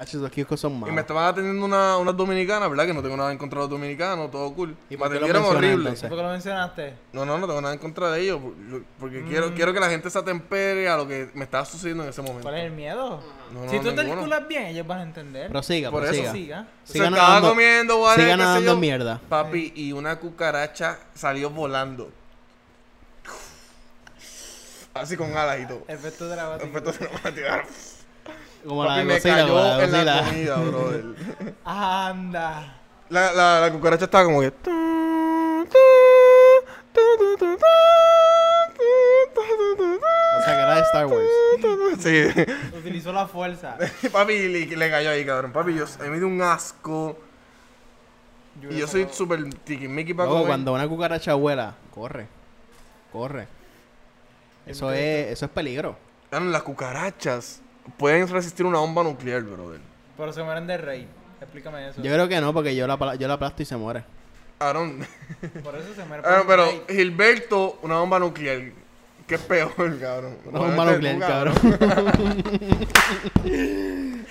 Speaker 2: Ah, esos kioscos son malos.
Speaker 3: Y me estaban atendiendo una, unas dominicanas, ¿verdad? Que no tengo nada en contra de los dominicanos, todo cool.
Speaker 2: ¿Y por qué
Speaker 3: me
Speaker 2: lo
Speaker 3: atendieron
Speaker 2: mencionas,
Speaker 3: horrible.
Speaker 2: entonces?
Speaker 1: ¿Por qué lo mencionaste?
Speaker 3: No, no, no tengo nada en contra de ellos. por- yo- Porque
Speaker 1: Mm.
Speaker 3: quiero, quiero que la gente se atempere a lo que me estaba sucediendo en ese momento.
Speaker 1: ¿Cuál es el miedo?
Speaker 3: No, no,
Speaker 1: si tú te
Speaker 3: ninguno.
Speaker 1: calculas bien, ellos van a entender.
Speaker 2: Prosiga,
Speaker 3: Por eso
Speaker 2: prosiga.
Speaker 3: sí.
Speaker 1: Siga.
Speaker 3: O sea,
Speaker 2: Sigan
Speaker 3: estaba
Speaker 2: nadando-
Speaker 3: comiendo, whatever,
Speaker 2: sigan
Speaker 3: qué sé
Speaker 2: nadando
Speaker 3: yo.
Speaker 2: mierda.
Speaker 3: Papi, y una cucaracha salió volando. Así con alas y todo.
Speaker 1: Efecto dramático.
Speaker 3: Efecto dramático.
Speaker 2: Como la
Speaker 3: Papi,
Speaker 2: de
Speaker 3: me
Speaker 2: Godzilla, como la
Speaker 3: cayó
Speaker 2: de
Speaker 3: en la
Speaker 2: Godzilla.
Speaker 3: comida, brother.
Speaker 1: Anda.
Speaker 3: La, la, la cucaracha estaba como que...
Speaker 2: O sea, que era de Star Wars.
Speaker 3: Sí.
Speaker 1: Utilizó la fuerza.
Speaker 3: Papi le, le cayó ahí, cabrón. Papi, yo, a mí me dio un asco. Y yo soy súper tiquismiqui para
Speaker 2: Luego,
Speaker 3: comer.
Speaker 2: cuando una cucaracha vuela, corre. Corre. Eso
Speaker 1: Entonces-
Speaker 2: es, eso es peligro.
Speaker 3: Claro, Ah, las cucarachas pueden resistir una bomba nuclear, brother.
Speaker 1: Pero se mueren de rey. Explícame eso.
Speaker 2: Yo creo que no, porque yo la, apla- yo la aplasto y se muere.
Speaker 3: Aaron,
Speaker 1: Por eso se mueren.
Speaker 3: Aaron,
Speaker 1: por
Speaker 3: Ah, pero
Speaker 1: rey.
Speaker 3: Gilberto, una bomba nuclear. ¿Qué es peor, cabrón?
Speaker 2: Una bomba
Speaker 3: Obviamente
Speaker 2: nuclear,
Speaker 3: tú,
Speaker 2: cabrón.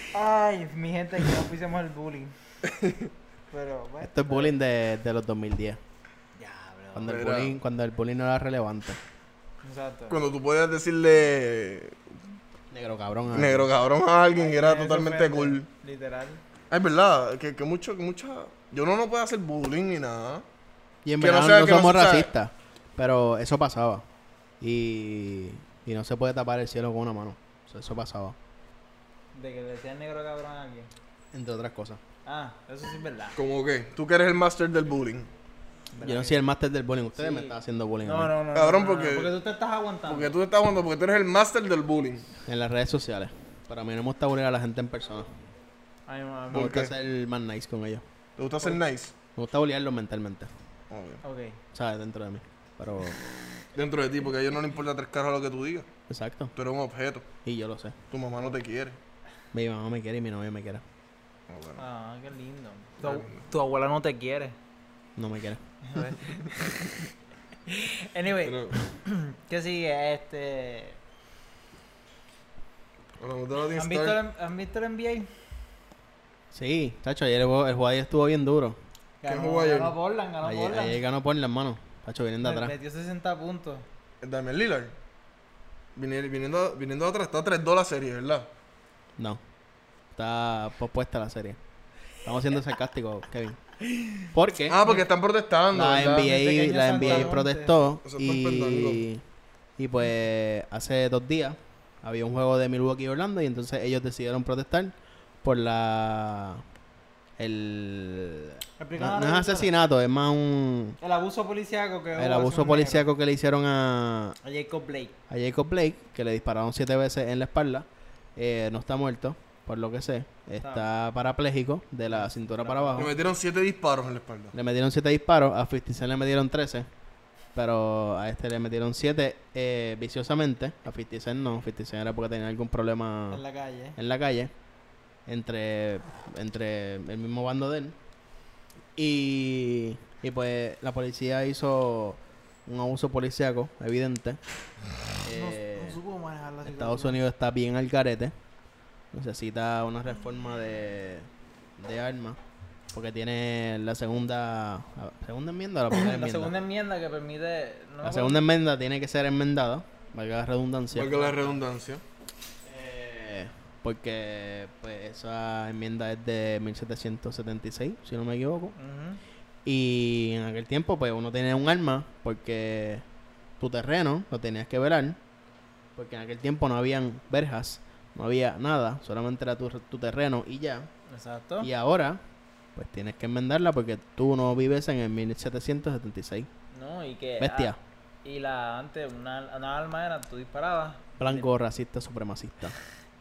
Speaker 1: Ay, mi gente, que no pusimos el bullying. Pero, bueno.
Speaker 2: Esto es bullying de, de los 2010.
Speaker 1: Diablo.
Speaker 2: Cuando el,
Speaker 3: Mira.
Speaker 2: bullying, cuando el bullying no era relevante.
Speaker 1: Exacto.
Speaker 3: Cuando tú podías decirle
Speaker 2: Negro cabrón. a ver.
Speaker 3: negro cabrón a alguien que era
Speaker 1: Eso
Speaker 3: totalmente
Speaker 1: ofende,
Speaker 3: cool.
Speaker 1: Literal.
Speaker 3: Ah, Es verdad, que, que mucho, que mucha. Yo no, no puedo hacer bullying ni nada.
Speaker 2: Y en
Speaker 3: Que no
Speaker 2: verdad no,
Speaker 3: sea- que no
Speaker 2: somos
Speaker 3: sea-
Speaker 2: racistas. Pero eso pasaba. Y, y no se puede tapar el cielo con una mano. Eso- Eso pasaba.
Speaker 1: De que le decían negro cabrón a alguien.
Speaker 2: Entre otras cosas.
Speaker 1: Ah, eso sí es verdad.
Speaker 3: Como que tú que eres el master del bullying.
Speaker 2: Yo no soy el máster del bullying. Ustedes
Speaker 1: Sí.
Speaker 2: me están haciendo bullying. a
Speaker 1: No,
Speaker 2: mí.
Speaker 1: no, no.
Speaker 3: Cabrón,
Speaker 1: no, no, no,
Speaker 3: porque-
Speaker 1: Porque tú te estás aguantando.
Speaker 3: Porque tú estás jugando, porque tú eres el master del bullying.
Speaker 2: En las redes sociales. Para mí no me gusta bullying a la gente en persona.
Speaker 1: Ay, mamá.
Speaker 2: Me
Speaker 3: ¿Por
Speaker 2: gusta
Speaker 3: qué?
Speaker 2: ser más nice con ellos.
Speaker 3: ¿Te gusta ser nice?
Speaker 2: Me gusta bullearlos mentalmente.
Speaker 3: Obvio.
Speaker 1: Ok.
Speaker 2: ¿Sabes? Dentro de mí. Pero.
Speaker 3: Dentro de ti, porque a ellos no les importa tres carros lo que tú digas.
Speaker 2: Exacto.
Speaker 3: Tú eres un objeto.
Speaker 2: Y yo lo sé.
Speaker 3: Tu mamá no te quiere.
Speaker 2: Mi mamá me quiere y mi novia me quiere.
Speaker 3: Ah, bueno.
Speaker 1: Ah, qué lindo. Tu, abu- tu abuela no te quiere.
Speaker 2: No me quiere.
Speaker 1: Anyway,
Speaker 3: Pero,
Speaker 1: ¿qué sigue? Este.
Speaker 3: hablamos de los de
Speaker 1: ¿Han visto,
Speaker 3: Instagram.
Speaker 1: el, ¿Han visto el NBA?
Speaker 2: Sí, chacho, ayer el, juego- el juego ayer estuvo bien duro.
Speaker 3: ¿Quién jugó ayer?
Speaker 1: Ganó Portland, ganó
Speaker 2: Ayer,
Speaker 1: Portland.
Speaker 2: ayer ganó por las manos. Chacho, vienen de
Speaker 1: Le-
Speaker 2: atrás.
Speaker 1: Metió 60 puntos.
Speaker 3: Damian Lillard. Vini- Viniendo, viniendo atrás, está 3 dólares serie, ¿verdad?
Speaker 2: No. Está pospuesta la serie. Estamos siendo sarcásticos, Kevin. ¿Por qué?
Speaker 3: Ah, porque están protestando.
Speaker 2: la
Speaker 3: ¿verdad?
Speaker 2: NBA,
Speaker 1: Pequeño
Speaker 2: la
Speaker 1: San
Speaker 2: NBA
Speaker 1: Clemente.
Speaker 2: protestó
Speaker 3: Eso está
Speaker 2: y,
Speaker 3: empezando.
Speaker 2: y pues hace dos días había un juego de Milwaukee y Orlando y entonces ellos decidieron protestar por la el
Speaker 1: Explícame
Speaker 2: no,
Speaker 1: la
Speaker 2: no es
Speaker 1: pregunta.
Speaker 2: asesinato, es más un
Speaker 1: El abuso policíaco que hubo
Speaker 2: el
Speaker 1: hacia
Speaker 2: abuso
Speaker 1: un
Speaker 2: policíaco que le hicieron a,
Speaker 1: negro. A Jacob Blake.
Speaker 2: a Jacob Blake, que le dispararon siete veces en la espalda. Eh, no está muerto, por lo que sé. Está parapléjico de la cintura para abajo.
Speaker 3: Me metieron 7 disparos en la espalda.
Speaker 2: Le metieron 7 disparos, a 50 Cent le metieron 13, pero a este le metieron 7 eh, viciosamente. A 50 Cent no, 50 Cent era porque tenía algún problema
Speaker 1: En la calle.
Speaker 2: en la calle entre, entre el mismo bando de él. Y, y pues la policía hizo un abuso policíaco, evidente. Eh,
Speaker 1: supo manejar la
Speaker 2: Estados Unidos está bien al carete. Necesita una reforma de, de armas. Porque tiene la segunda. la ¿Segunda enmienda o la primera
Speaker 1: La
Speaker 2: enmienda?
Speaker 1: segunda enmienda que permite. no me
Speaker 2: La
Speaker 1: acuerdo.
Speaker 2: segunda enmienda tiene que ser enmendada. Valga la redundancia.
Speaker 3: Porque la redundancia.
Speaker 2: Eh, porque pues, esa enmienda es de 1776, si no me equivoco.
Speaker 1: Ujú.
Speaker 2: Y en aquel tiempo, pues uno tenía un arma porque tu terreno lo tenías que velar. Porque en aquel tiempo no habían verjas, no había nada, solamente era tu, tu terreno y ya.
Speaker 1: Exacto.
Speaker 2: Y ahora, pues tienes que enmendarla porque tú no vives en el 1776.
Speaker 1: No, y que.
Speaker 2: Bestia,
Speaker 1: ah, y la antes, una, una arma era tú disparabas.
Speaker 2: blanco, racista, supremacista.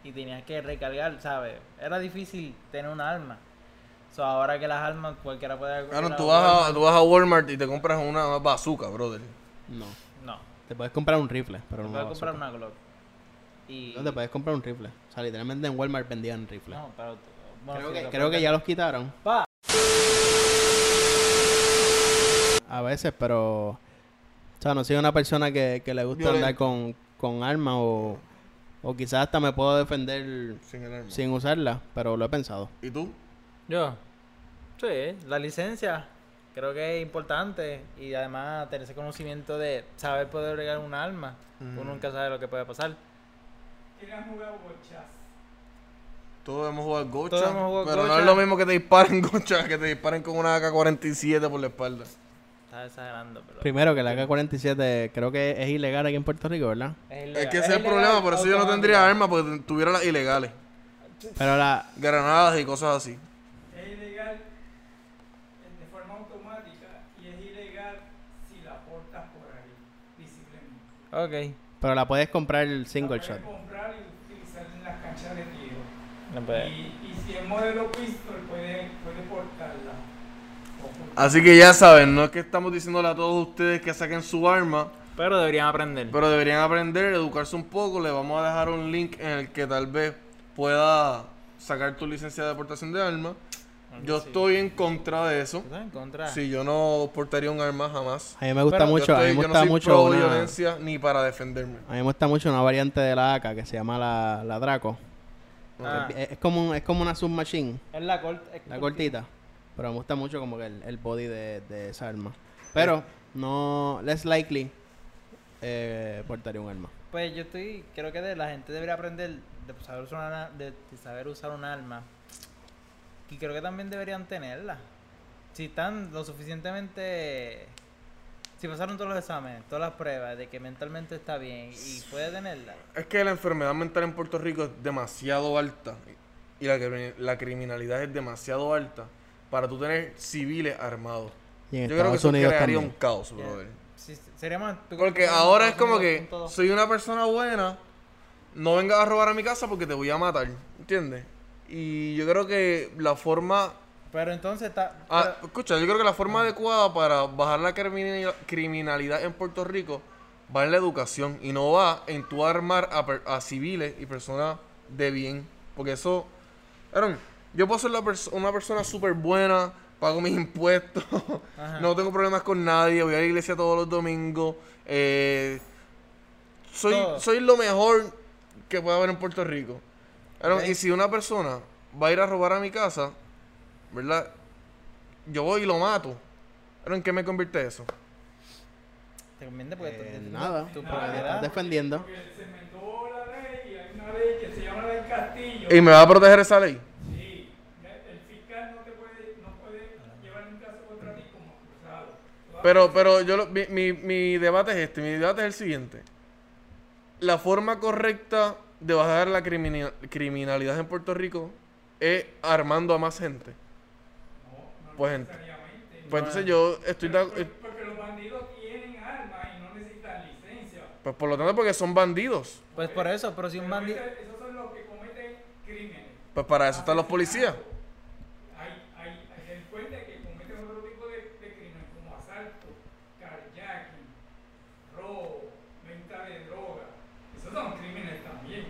Speaker 1: y tenías que recargar, ¿sabes? Era difícil tener un arma. So, ahora que las armas cualquiera puede...
Speaker 3: Claro,
Speaker 1: una-
Speaker 3: tú vas, a, tú vas a Walmart y te compras una bazooka, brother.
Speaker 2: No.
Speaker 1: No,
Speaker 2: Te puedes comprar un rifle, pero
Speaker 1: te
Speaker 2: no
Speaker 1: puedes
Speaker 2: una
Speaker 1: comprar
Speaker 2: bazooka.
Speaker 1: una Glock. Y...
Speaker 2: No te puedes comprar un rifle. O sea, literalmente en Walmart vendían rifles.
Speaker 1: No, pero... tú- bueno,
Speaker 2: creo
Speaker 1: sí,
Speaker 2: que,
Speaker 1: lo
Speaker 2: creo
Speaker 1: puedes
Speaker 2: que ya los quitaron.
Speaker 1: Pa.
Speaker 2: A veces, pero. O sea, no soy una persona que, que le gusta
Speaker 3: Violento.
Speaker 2: andar con, con armas o, o quizás hasta me puedo defender
Speaker 3: Sin el arma.
Speaker 2: sin usarla, pero lo he pensado.
Speaker 3: ¿Y tú?
Speaker 1: Yo. Sí, la licencia creo que es importante y además tener ese conocimiento de saber poder bregar un arma. Uno nunca sabe lo que puede pasar.
Speaker 3: Todos hemos jugado gocha.
Speaker 1: Todos hemos jugado
Speaker 3: pero no
Speaker 1: gocha.
Speaker 3: es lo mismo que te disparen gocha, que te disparen con una AK-47 por la espalda.
Speaker 1: Estás exagerando, pero...
Speaker 2: Primero que la AK-47 creo que es ilegal aquí en Puerto Rico, ¿verdad?
Speaker 1: ilegal.
Speaker 3: Es que ese es el
Speaker 1: ilegal
Speaker 3: problema, por eso yo no tendría
Speaker 1: automática.
Speaker 3: armas, porque tuviera las ilegales.
Speaker 2: Pero la.
Speaker 3: Granadas y cosas así.
Speaker 4: Es ilegal eh, de forma automática y es ilegal si la portas por ahí, visiblemente.
Speaker 1: Ok.
Speaker 2: Pero la puedes comprar el
Speaker 4: La
Speaker 2: single
Speaker 4: puedes
Speaker 2: shot.
Speaker 4: comprar y utilizar en las canchas de tiro.
Speaker 1: No puede.
Speaker 4: Y, y si es modelo pistol, puede, puede portarla. O
Speaker 3: Así que ya saben, no es que estamos diciéndole a todos ustedes que saquen su arma,
Speaker 1: Pero deberían aprender.
Speaker 3: pero deberían aprender, educarse un poco. Le vamos a dejar un link en el que tal vez pueda sacar tu licencia de aportación de armas. Yo estoy en contra de eso.
Speaker 1: ¿Tú estás en contra?
Speaker 3: Si yo no portaría un arma jamás.
Speaker 2: A mí me gusta
Speaker 1: Pero
Speaker 2: mucho,
Speaker 3: yo
Speaker 2: a mí
Speaker 3: estoy-
Speaker 2: me
Speaker 3: yo
Speaker 2: gusta
Speaker 3: no soy
Speaker 2: mucho
Speaker 3: pro
Speaker 2: una,
Speaker 3: violencia ni para defenderme.
Speaker 2: a mí me gusta mucho una variante de la AK que se llama la, la Draco.
Speaker 1: Ah,
Speaker 2: Es, es como un- es como una submachine,
Speaker 1: es la corta. es
Speaker 2: la cortita, pero me gusta mucho como que el, el body de, de esa arma. Pero no less likely eh, portaría un arma.
Speaker 1: Pues yo estoy, creo que de la gente debería aprender de saber usar una, de, de saber usar un arma. Y creo que también deberían tenerla. Si están lo suficientemente si pasaron todos los exámenes, todas las pruebas de que mentalmente está bien y puede tenerla.
Speaker 3: Es que la enfermedad mental en Puerto Rico es demasiado alta y la, cri- la criminalidad es demasiado alta para tú tener civiles armados.
Speaker 2: Y en
Speaker 3: Yo creo que
Speaker 2: Estados
Speaker 3: eso
Speaker 2: Unidos
Speaker 3: crearía
Speaker 2: también.
Speaker 3: un caos,
Speaker 1: Yeah.
Speaker 3: brother.
Speaker 1: Si, sería más tú-
Speaker 3: Porque
Speaker 1: tú-
Speaker 3: ahora es
Speaker 1: tú-
Speaker 3: como
Speaker 1: tú-
Speaker 3: que
Speaker 1: todo.
Speaker 3: soy una persona buena, no vengas a robar a mi casa porque te voy a matar, ¿entiendes? Y yo creo que la forma
Speaker 1: Pero entonces está
Speaker 3: Ah,
Speaker 1: pero-
Speaker 3: escucha, yo creo que la forma adecuada para bajar la crimini- criminalidad en Puerto Rico va en la educación y no va en tu armar a, per- a civiles y personas de bien. Porque eso. Aaron, yo puedo ser la perso- una persona súper buena, pago mis impuestos,
Speaker 1: Ajá.
Speaker 3: no tengo problemas con nadie, voy a la iglesia todos los domingos. eh, soy,
Speaker 1: Todo.
Speaker 3: soy lo mejor que puede haber en Puerto Rico. Aaron,
Speaker 1: Ok.
Speaker 3: Y si una persona va a ir a robar a mi casa, ¿verdad? Yo voy y lo mato. ¿Pero en qué me convierte eso?
Speaker 1: te conviene porque tú-
Speaker 2: Eh,
Speaker 1: tú-
Speaker 2: nada,
Speaker 1: tu
Speaker 2: porque te estás
Speaker 1: propiedad.
Speaker 2: defendiendo.
Speaker 4: Porque se inventó la ley y hay una ley que se llama la del castillo.
Speaker 2: Em-
Speaker 3: ¿Y me va a proteger esa ley?
Speaker 4: Sí, el fiscal no te puede, no puede llevar un caso contra ti como acusado.
Speaker 3: Pero, pero yo lo- mi, mi- mi debate es este, mi debate es el siguiente. La forma correcta de bajar la crimini- criminalidad en Puerto Rico es armando a más gente. Pues, ent- pues entonces yo estoy de ac- eh,
Speaker 4: Porque los bandidos tienen armas y no necesitan licencia.
Speaker 3: pues por lo tanto porque son bandidos.
Speaker 1: Pues por eso, pero si un
Speaker 4: Pero
Speaker 1: bandido
Speaker 4: ese- Esos son los que cometen crímenes.
Speaker 3: Pues para eso están los policías.
Speaker 4: Hay, hay, hay delincuentes que cometen otro tipo de, de crímenes como asalto, carjacking, robo, venta de droga. Esos son crímenes también.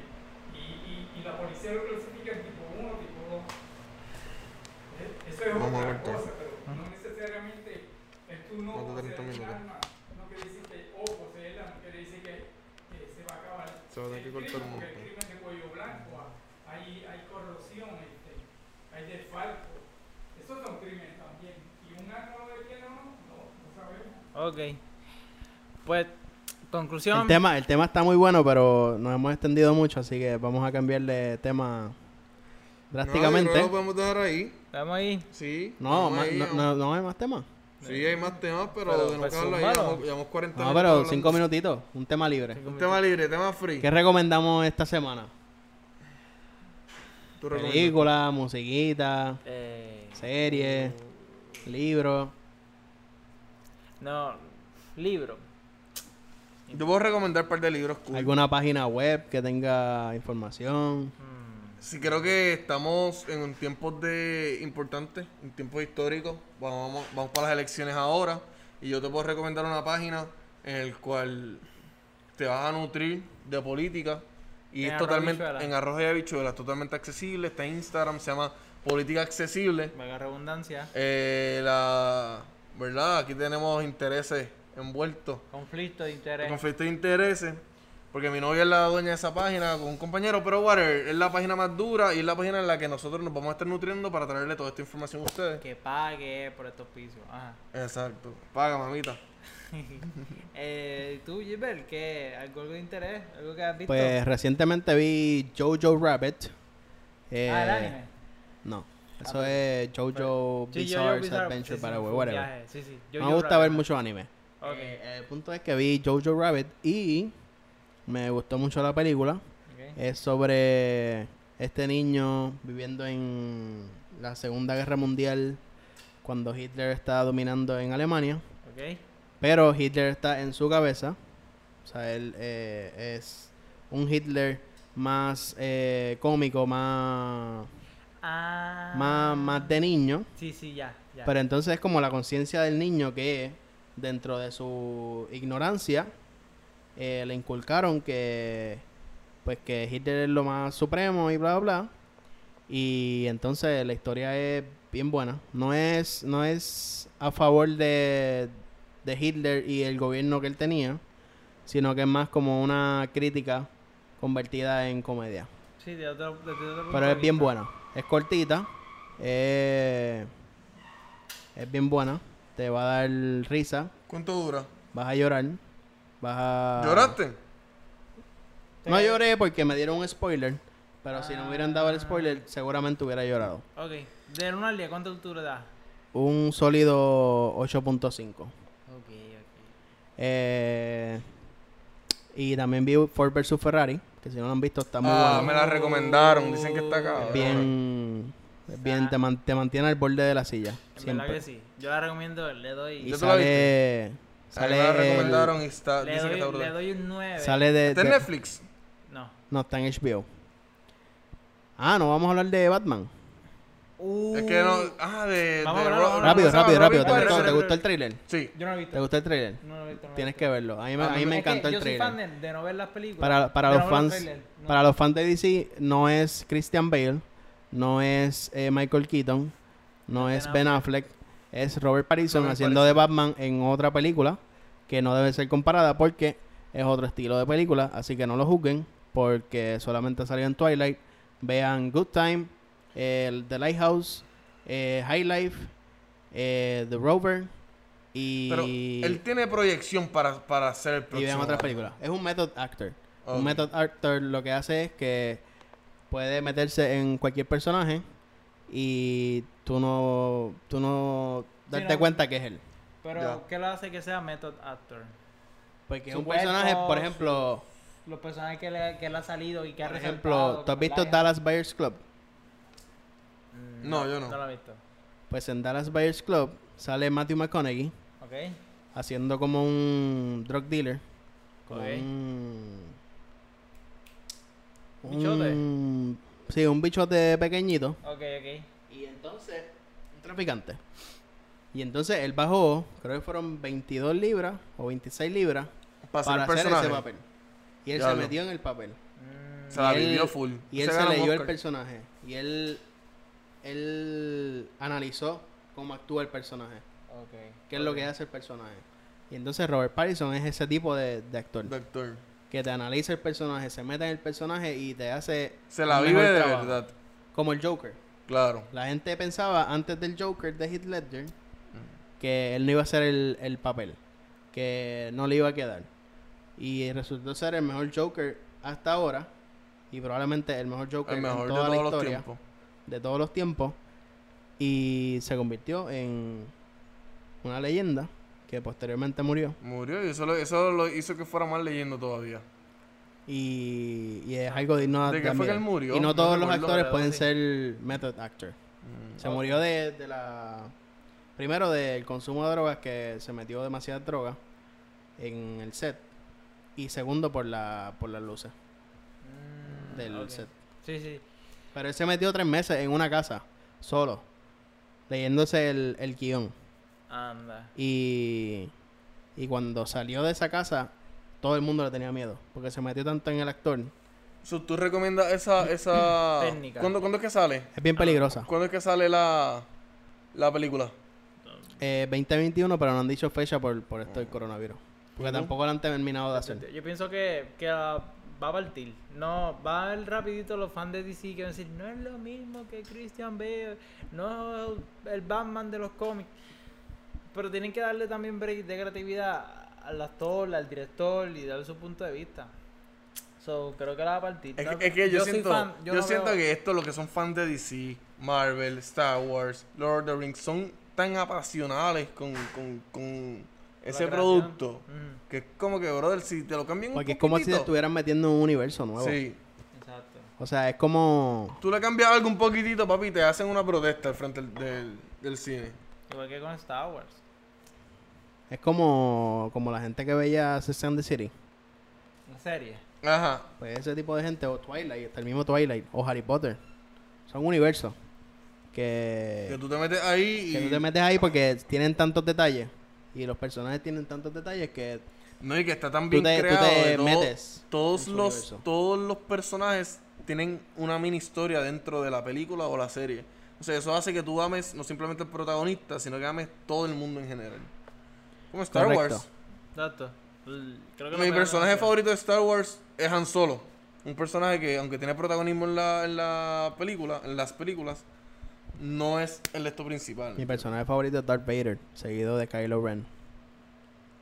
Speaker 4: Y, y, y la policía lo clasifica en tipo 1, tipo 2. Eh, Eso es
Speaker 3: Vamos a
Speaker 4: otra
Speaker 3: cortar.
Speaker 4: cosa, pero no necesariamente el tú no
Speaker 3: Más de 30
Speaker 4: poseer el
Speaker 3: minutos.
Speaker 4: arma, no quiere decir que o poseerla, no quiere decir que, que se va a acabar.
Speaker 3: Se va a tener que
Speaker 4: el
Speaker 3: cortar un
Speaker 4: crimen, porque el
Speaker 3: montón.
Speaker 4: crimen de cuello blanco, ah, hay, hay corrupción, este, hay desfalco. Esos son crímenes también. Y un arma lo detiene o no, no, no sabemos.
Speaker 1: Ok. Pues conclusión,
Speaker 2: El tema, el tema está muy bueno, pero nos hemos extendido mucho, así que vamos a cambiar de tema drásticamente. No,
Speaker 3: podemos dejar ahí.
Speaker 1: estamos ahí.
Speaker 3: Sí.
Speaker 2: ma- no, no- no hay más temas.
Speaker 3: Sí, hay más temas, pero,
Speaker 1: Pero,
Speaker 3: de no
Speaker 1: pues,
Speaker 3: hablarlo ahí,
Speaker 1: zúmbalo.
Speaker 3: llevamos, llevamos 40
Speaker 2: No,
Speaker 3: minutos
Speaker 2: pero
Speaker 3: hablando.
Speaker 2: cinco minutitos, un tema libre.
Speaker 1: Cinco
Speaker 3: Un tema libre, tema free.
Speaker 2: ¿Qué recomendamos esta semana?
Speaker 3: ¿Tú recomiendas?
Speaker 2: Película, musiquita,
Speaker 1: Eh,
Speaker 2: serie, libro.
Speaker 1: no, libro.
Speaker 3: Yo puedo recomendar un par de libros cool.
Speaker 2: ¿Alguna página web que tenga información?
Speaker 1: Mm,
Speaker 3: Sí, creo que estamos en tiempos de importantes, en tiempos históricos. Vamos, vamos, vamos para las elecciones ahora. Y yo te puedo recomendar una página en el cual te vas a nutrir de política. Y
Speaker 1: En
Speaker 3: es
Speaker 1: arroz y
Speaker 3: totalmente
Speaker 1: habichuela.
Speaker 3: en arroz y habichuelas, totalmente accesible. Está en Instagram, se llama Política Accesible.
Speaker 1: vaga redundancia.
Speaker 3: Eh, la verdad, aquí tenemos intereses envueltos.
Speaker 1: Conflicto de
Speaker 3: El
Speaker 1: interés.
Speaker 3: conflicto de intereses. Porque mi novia es la dueña de esa página con un compañero, pero whatever, es la página más dura y es la página en la que nosotros nos vamos a estar nutriendo para traerle toda esta información a ustedes.
Speaker 1: que pague por estos pisos. Ajá.
Speaker 3: Exacto. Paga, mamita.
Speaker 1: Eh, Tú, Gilbert, ¿qué? ¿Algo de interés? ¿Algo que has visto?
Speaker 2: Pues recientemente vi Jojo Rabbit. Eh,
Speaker 1: ah, el anime.
Speaker 2: No, eso
Speaker 1: Ah,
Speaker 2: es Jojo
Speaker 1: Sí, yo- yo
Speaker 2: Bizarre
Speaker 1: Bizarre,
Speaker 2: Adventure
Speaker 1: sí, sí,
Speaker 2: Paraguay,
Speaker 1: fue un
Speaker 2: whatever.
Speaker 1: viaje, Sí, sí. Yo-
Speaker 2: me
Speaker 1: yo
Speaker 2: gusta
Speaker 1: Rabbit.
Speaker 2: ver mucho anime.
Speaker 1: Ok.
Speaker 2: Eh, el punto es que vi Jojo Rabbit y me gustó mucho la película.
Speaker 1: ok.
Speaker 2: Es sobre este niño viviendo en la Segunda Guerra Mundial cuando Hitler está dominando en Alemania.
Speaker 1: Ok.
Speaker 2: Pero Hitler está en su cabeza. O sea, él eh, es un Hitler más eh, cómico, más...
Speaker 1: Ah.
Speaker 2: más, más de niño.
Speaker 1: Sí, sí, ya. ya.
Speaker 2: Pero entonces es como la conciencia del niño que dentro de su ignorancia eh, le inculcaron que pues que Hitler es lo más supremo y bla bla bla. Y entonces la historia es bien buena. No es, no es a favor de, de Hitler y el gobierno que él tenía, sino que es más como una crítica convertida en comedia.
Speaker 1: Sí, de otro, de- de otro punto
Speaker 2: Pero
Speaker 1: de
Speaker 2: es bien
Speaker 1: vista.
Speaker 2: buena. Es cortita. eh, es bien buena. Te va a dar risa.
Speaker 3: ¿Cuánto dura?
Speaker 2: Vas a llorar. Vas a...
Speaker 3: ¿Lloraste?
Speaker 2: No
Speaker 1: Te-
Speaker 2: lloré porque me dieron un spoiler. Pero si no hubieran dado el
Speaker 1: Ah.
Speaker 2: spoiler, seguramente hubiera llorado.
Speaker 1: Ok. Del 1 al 10, ¿cuánto tú le das?
Speaker 2: Un sólido 8.5.
Speaker 1: Ok, ok.
Speaker 2: Eh, y también vi Ford vs Ferrari. Que si no lo han visto, está muy
Speaker 3: Ah, me
Speaker 2: bueno.
Speaker 3: la recomendaron. Dicen que está acá.
Speaker 2: Es Bien... es Bien, te, man- te mantiene al borde de la silla.
Speaker 1: En verdad
Speaker 2: Siempre.
Speaker 1: que sí. Yo la recomiendo, le doy.
Speaker 2: Y
Speaker 3: ¿Ya tú
Speaker 2: sale.
Speaker 3: la A mí me la
Speaker 2: Sale, el-
Speaker 3: recomendaron y está.
Speaker 1: le,
Speaker 3: Dicen que
Speaker 1: doy
Speaker 3: está
Speaker 1: le
Speaker 3: brutal.
Speaker 1: doy un 9.
Speaker 2: sale de,
Speaker 3: ¿Está en
Speaker 2: de-
Speaker 3: Netflix?
Speaker 1: No.
Speaker 2: No, está en HBO. Ah, no, vamos a hablar de Batman.
Speaker 3: Es que no. Ah, de.
Speaker 1: Uh. Vamos, vamos, vamos.
Speaker 2: Rápido,
Speaker 3: de Ro- ¿cómo se llama?
Speaker 2: rápido, rápido. ¿Te
Speaker 3: Robin
Speaker 1: Pattinson.
Speaker 2: gustó,
Speaker 3: Williams.
Speaker 2: te gustó el trailer?
Speaker 3: Sí.
Speaker 1: Yo no lo he
Speaker 2: ¿Te
Speaker 1: visto.
Speaker 2: gustó el trailer?
Speaker 1: No lo he visto. no lo he
Speaker 2: Tienes
Speaker 1: visto.
Speaker 2: que verlo. A mí, me-
Speaker 1: Ah,
Speaker 2: a mí me
Speaker 1: es que
Speaker 2: encantó el
Speaker 1: yo Soy fan
Speaker 2: trailer.
Speaker 1: de, de no ver las películas.
Speaker 2: Para, para
Speaker 1: de
Speaker 2: los
Speaker 1: no ver
Speaker 2: fans
Speaker 1: trailers, no.
Speaker 2: para los fans de DC, no es Christian Bale, no es eh, Michael Keaton, no
Speaker 1: Ben
Speaker 2: es Ben Affleck, es Robert Pattinson
Speaker 3: Robert
Speaker 2: haciendo de Batman en otra película que no debe ser comparada porque es otro estilo de película, así que no lo juzguen porque solamente salió en Twilight. Vean Good Time, el The Lighthouse, eh, High Life, eh, The Rover y,
Speaker 3: Pero él tiene proyección para, para hacer el
Speaker 2: y
Speaker 3: próximo.
Speaker 2: vean otras películas. Es un method actor.
Speaker 3: Ok.
Speaker 2: Un method actor lo que hace es que puede meterse en cualquier personaje y tú no, tú no darte
Speaker 1: no.
Speaker 2: cuenta que es él.
Speaker 1: Pero,
Speaker 3: Ya.
Speaker 1: ¿qué lo hace que sea method actor?
Speaker 2: Porque es
Speaker 1: Su
Speaker 2: un personaje,
Speaker 1: cuerpo,
Speaker 2: por ejemplo,
Speaker 1: Los personajes que le, que le ha salido y que ha
Speaker 2: por
Speaker 1: resaltado,
Speaker 2: ejemplo,
Speaker 1: que
Speaker 2: ¿tú has visto
Speaker 1: ¿verdad?
Speaker 2: Dallas Buyers Club?
Speaker 1: Mm,
Speaker 3: No, yo no.
Speaker 1: No lo he visto.
Speaker 2: Pues en Dallas Buyers Club sale Matthew McConaughey
Speaker 1: Ok.
Speaker 2: haciendo como un drug dealer. Como
Speaker 1: Ok.
Speaker 2: un...
Speaker 1: Bichote.
Speaker 2: un- sí, un bichote pequeñito.
Speaker 1: Ok, ok.
Speaker 2: Y entonces, un traficante. Y entonces él bajó, creo que fueron 22 libras o 26 libras
Speaker 3: Para
Speaker 2: para
Speaker 3: hacer el
Speaker 2: hacer
Speaker 3: personaje.
Speaker 2: ese papel. Y él se
Speaker 3: Diablo.
Speaker 2: metió en el papel.
Speaker 1: Mm,
Speaker 3: Se la
Speaker 2: Y él-
Speaker 3: vivió full.
Speaker 2: Y él se
Speaker 3: ganó un
Speaker 2: leyó el
Speaker 3: Oscar.
Speaker 2: personaje. Y él, él analizó cómo actúa el personaje.
Speaker 1: ok.
Speaker 2: ¿Qué es lo que hace el personaje? Y entonces Robert Pattinson es ese tipo de, de actor.
Speaker 3: Doctor.
Speaker 2: Que te analiza el personaje, se mete en el personaje y te hace...
Speaker 3: Se la
Speaker 2: un
Speaker 3: vive
Speaker 2: mejor
Speaker 3: de
Speaker 2: trabajo.
Speaker 3: verdad.
Speaker 2: Como el Joker.
Speaker 3: Claro.
Speaker 2: La gente pensaba antes del Joker de Heath Ledger que él no iba a ser el, el papel, que no le iba a quedar. Y resultó ser el mejor Joker hasta ahora y probablemente el mejor Joker
Speaker 3: El mejor
Speaker 2: en
Speaker 3: de
Speaker 2: toda la
Speaker 3: todos los
Speaker 2: historia
Speaker 3: tiempos.
Speaker 2: de todos los tiempos y se convirtió en una leyenda que posteriormente murió
Speaker 3: Murió y eso lo, eso lo hizo que fuera más leyendo todavía.
Speaker 2: y, y es algo digno
Speaker 3: ¿De qué fue que
Speaker 2: admirar.
Speaker 3: él murió?
Speaker 2: Y no
Speaker 3: No
Speaker 2: todos los
Speaker 3: recuerdo,
Speaker 2: actores
Speaker 1: pero
Speaker 2: pueden
Speaker 1: sí.
Speaker 2: ser method actor.
Speaker 3: Mm.
Speaker 2: Se murió de, de la. Primero del consumo de drogas, que se metió demasiada droga en el set. Y segundo por la por las luces
Speaker 1: Mm,
Speaker 2: del
Speaker 1: ok.
Speaker 2: set.
Speaker 1: Sí, sí.
Speaker 2: Pero él se metió tres meses en una casa, solo, leyéndose el, el guión.
Speaker 1: Anda.
Speaker 2: Y, y cuando salió de esa casa, todo el mundo le tenía miedo. Porque se metió tanto en el actor.
Speaker 3: So, ¿Tú recomiendas esa... esa...
Speaker 1: Técnica.
Speaker 3: ¿Cuándo, ¿Cuándo es que sale?
Speaker 2: Es bien peligrosa.
Speaker 3: ¿Cuándo es que sale la, la película?
Speaker 2: Eh, 2021, pero no han dicho fecha por, por esto del coronavirus. Porque tampoco la han terminado de hacer.
Speaker 1: Yo pienso que, que ah, va a partir. No, va a haber rapidito los fans de DC que van a decir, no es lo mismo que Christian Bale, no es el Batman de los cómics. Pero tienen que darle también break de creatividad al actor, al director y darle su punto de vista. So, creo que la va a partir.
Speaker 3: Es
Speaker 1: Tal-
Speaker 3: que, es que yo,
Speaker 1: soy
Speaker 3: siento,
Speaker 1: fan,
Speaker 3: yo
Speaker 1: no
Speaker 3: siento
Speaker 1: veo-
Speaker 3: que esto, los que son fans de DC, Marvel, Star Wars, Lord of the Rings, son tan apasionales con, con- con
Speaker 1: la
Speaker 3: ese
Speaker 1: creación- Mm,
Speaker 3: producto.
Speaker 1: Ujú,
Speaker 3: Que es como que, brother, si te lo cambian
Speaker 2: Porque
Speaker 3: un
Speaker 2: es como si te
Speaker 3: poquitito.
Speaker 2: estuvieran metiendo en un universo nuevo.
Speaker 3: Sí.
Speaker 1: exacto.
Speaker 2: O sea, es como.
Speaker 3: Tú le cambias algo un poquitito, papi, te hacen una protesta al frente del, del- del cine.
Speaker 1: Igual que con Star Wars.
Speaker 2: Es como. Como la gente que veía Sex and the City.
Speaker 1: La serie.
Speaker 3: Ajá.
Speaker 2: Pues ese tipo de gente, o Twilight, hasta el mismo Twilight, o Harry Potter. Son universos. que,
Speaker 3: Que tú te metes ahí y.
Speaker 2: que tú te metes ahí porque tienen tantos detalles y los personajes tienen tantos detalles que
Speaker 3: No, y que está tan
Speaker 2: Tú
Speaker 3: bien
Speaker 2: te- tú
Speaker 3: creado.
Speaker 2: te
Speaker 3: de todo-
Speaker 2: metes en
Speaker 3: todos
Speaker 2: su
Speaker 3: los
Speaker 2: universo.
Speaker 3: todos los personajes tienen una mini historia dentro de la película o la serie. O sea, eso hace que tú ames no simplemente al protagonista, sino que ames todo el mundo en general. Como Star
Speaker 2: Correcto.
Speaker 3: Wars.
Speaker 1: Exacto. L- Creo
Speaker 3: Mi
Speaker 1: lo
Speaker 3: personaje
Speaker 1: peor-
Speaker 3: favorito de Star Wars es Han Solo. Un personaje que, aunque tiene protagonismo en la, en la película, en las películas, no es el esto principal.
Speaker 2: mi personaje favorito es Darth Vader, seguido de Kylo Ren.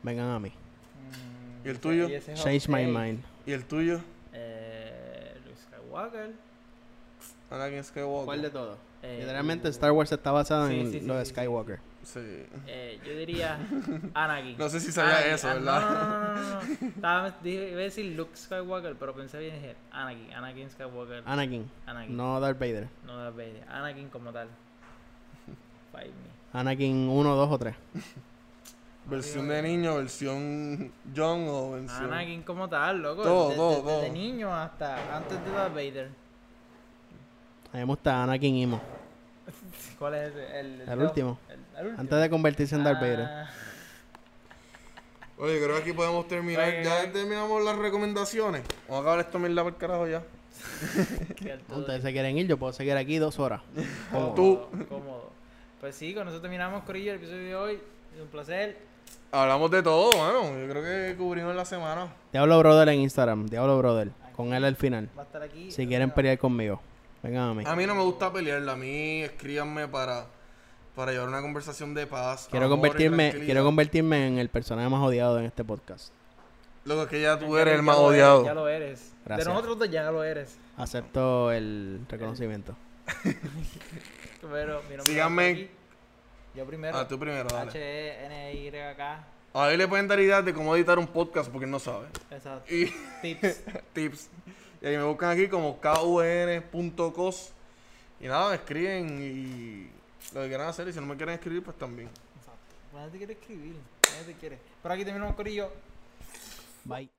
Speaker 2: Vengan a mí.
Speaker 1: Mm,
Speaker 3: ¿Y el tuyo?
Speaker 1: y ese es
Speaker 2: Change my
Speaker 1: Hawkeye.
Speaker 2: mind.
Speaker 3: ¿Y el tuyo?
Speaker 1: Eh, Luke Skywalker.
Speaker 3: Anakin Skywalker.
Speaker 2: ¿Cuál de todos?
Speaker 1: Eh,
Speaker 2: Literalmente Star Wars está basado
Speaker 1: Sí,
Speaker 2: en
Speaker 1: sí, sí,
Speaker 2: lo de
Speaker 1: sí, sí.
Speaker 2: Skywalker.
Speaker 3: Sí.
Speaker 1: eh, yo diría Anakin.
Speaker 3: No sé si sabía
Speaker 1: Anakin,
Speaker 3: eso,
Speaker 1: ah,
Speaker 3: ¿verdad?
Speaker 1: No, no, no, no, no, no. Estaba, dije, iba a decir Luke Skywalker, pero pensé bien y dije Anakin, Anakin Skywalker,
Speaker 2: Anakin,
Speaker 1: Anakin.
Speaker 2: Ah, no Darth Vader.
Speaker 1: No Darth Vader, Anakin como tal. Fight me.
Speaker 2: Anakin 1, 2 o 3.
Speaker 3: Versión de niño, versión John o versión.
Speaker 1: Anakin como tal, loco.
Speaker 3: Todo,
Speaker 1: desde,
Speaker 3: todo,
Speaker 1: desde-
Speaker 3: todo.
Speaker 1: desde niño hasta antes de Darth Vader.
Speaker 2: A mí me gusta Anakin Imo.
Speaker 1: ¿Cuál es ese? El,
Speaker 2: El último.
Speaker 1: El, el último.
Speaker 2: Antes de convertirse en Darth Vader.
Speaker 1: Ah,
Speaker 3: Oye, creo que aquí podemos terminar.
Speaker 1: Oye,
Speaker 3: ya
Speaker 1: oye.
Speaker 3: terminamos las recomendaciones. Vamos a acabar esto mierda por carajo ya.
Speaker 1: que al todo
Speaker 2: Ustedes se quieren ir, yo puedo seguir aquí dos horas.
Speaker 1: cómodo,
Speaker 3: Tú.
Speaker 1: Cómodo. Pues sí, con eso terminamos, Corillo, el episodio de hoy. Es un placer.
Speaker 3: Hablamos de todo, mano. Yo creo que cubrimos la semana.
Speaker 2: Diablo Brother en Instagram, Diablo Brother. Con él al final.
Speaker 1: Va a estar aquí.
Speaker 2: Si quieren pelear conmigo, vengan a mí.
Speaker 3: A mí no me gusta pelearla. A mí escríbanme para, para llevar una conversación de paz.
Speaker 2: Quiero
Speaker 3: amor y
Speaker 2: convertirme,
Speaker 3: tranquilidad.
Speaker 2: quiero convertirme en el personaje más odiado en este podcast.
Speaker 3: Loco, es que ya tú
Speaker 1: Ya
Speaker 3: eres
Speaker 1: lo-
Speaker 3: el más
Speaker 1: ya lo eres,
Speaker 3: odiado.
Speaker 1: Ya lo eres.
Speaker 2: Gracias.
Speaker 1: De nosotros dos ya lo eres.
Speaker 2: Acepto el reconocimiento.
Speaker 1: Pero mi nombre es
Speaker 3: Síganme.
Speaker 1: Rocky. Yo primero.
Speaker 3: Ah, tú primero, dale.
Speaker 1: H-E-N-Y-K.
Speaker 3: Ahí le pueden dar ideas de cómo editar un podcast porque él no sabe.
Speaker 1: Exacto.
Speaker 3: Y
Speaker 1: Tips.
Speaker 3: tips. Y ahí me buscan aquí como kun.cos. Y nada, me escriben y lo que quieran hacer. Y si no me quieren escribir, pues también.
Speaker 1: Exacto. Nadie te quiere escribir. Nadie te quiere. Por aquí terminamos, Corillo.
Speaker 2: Bye.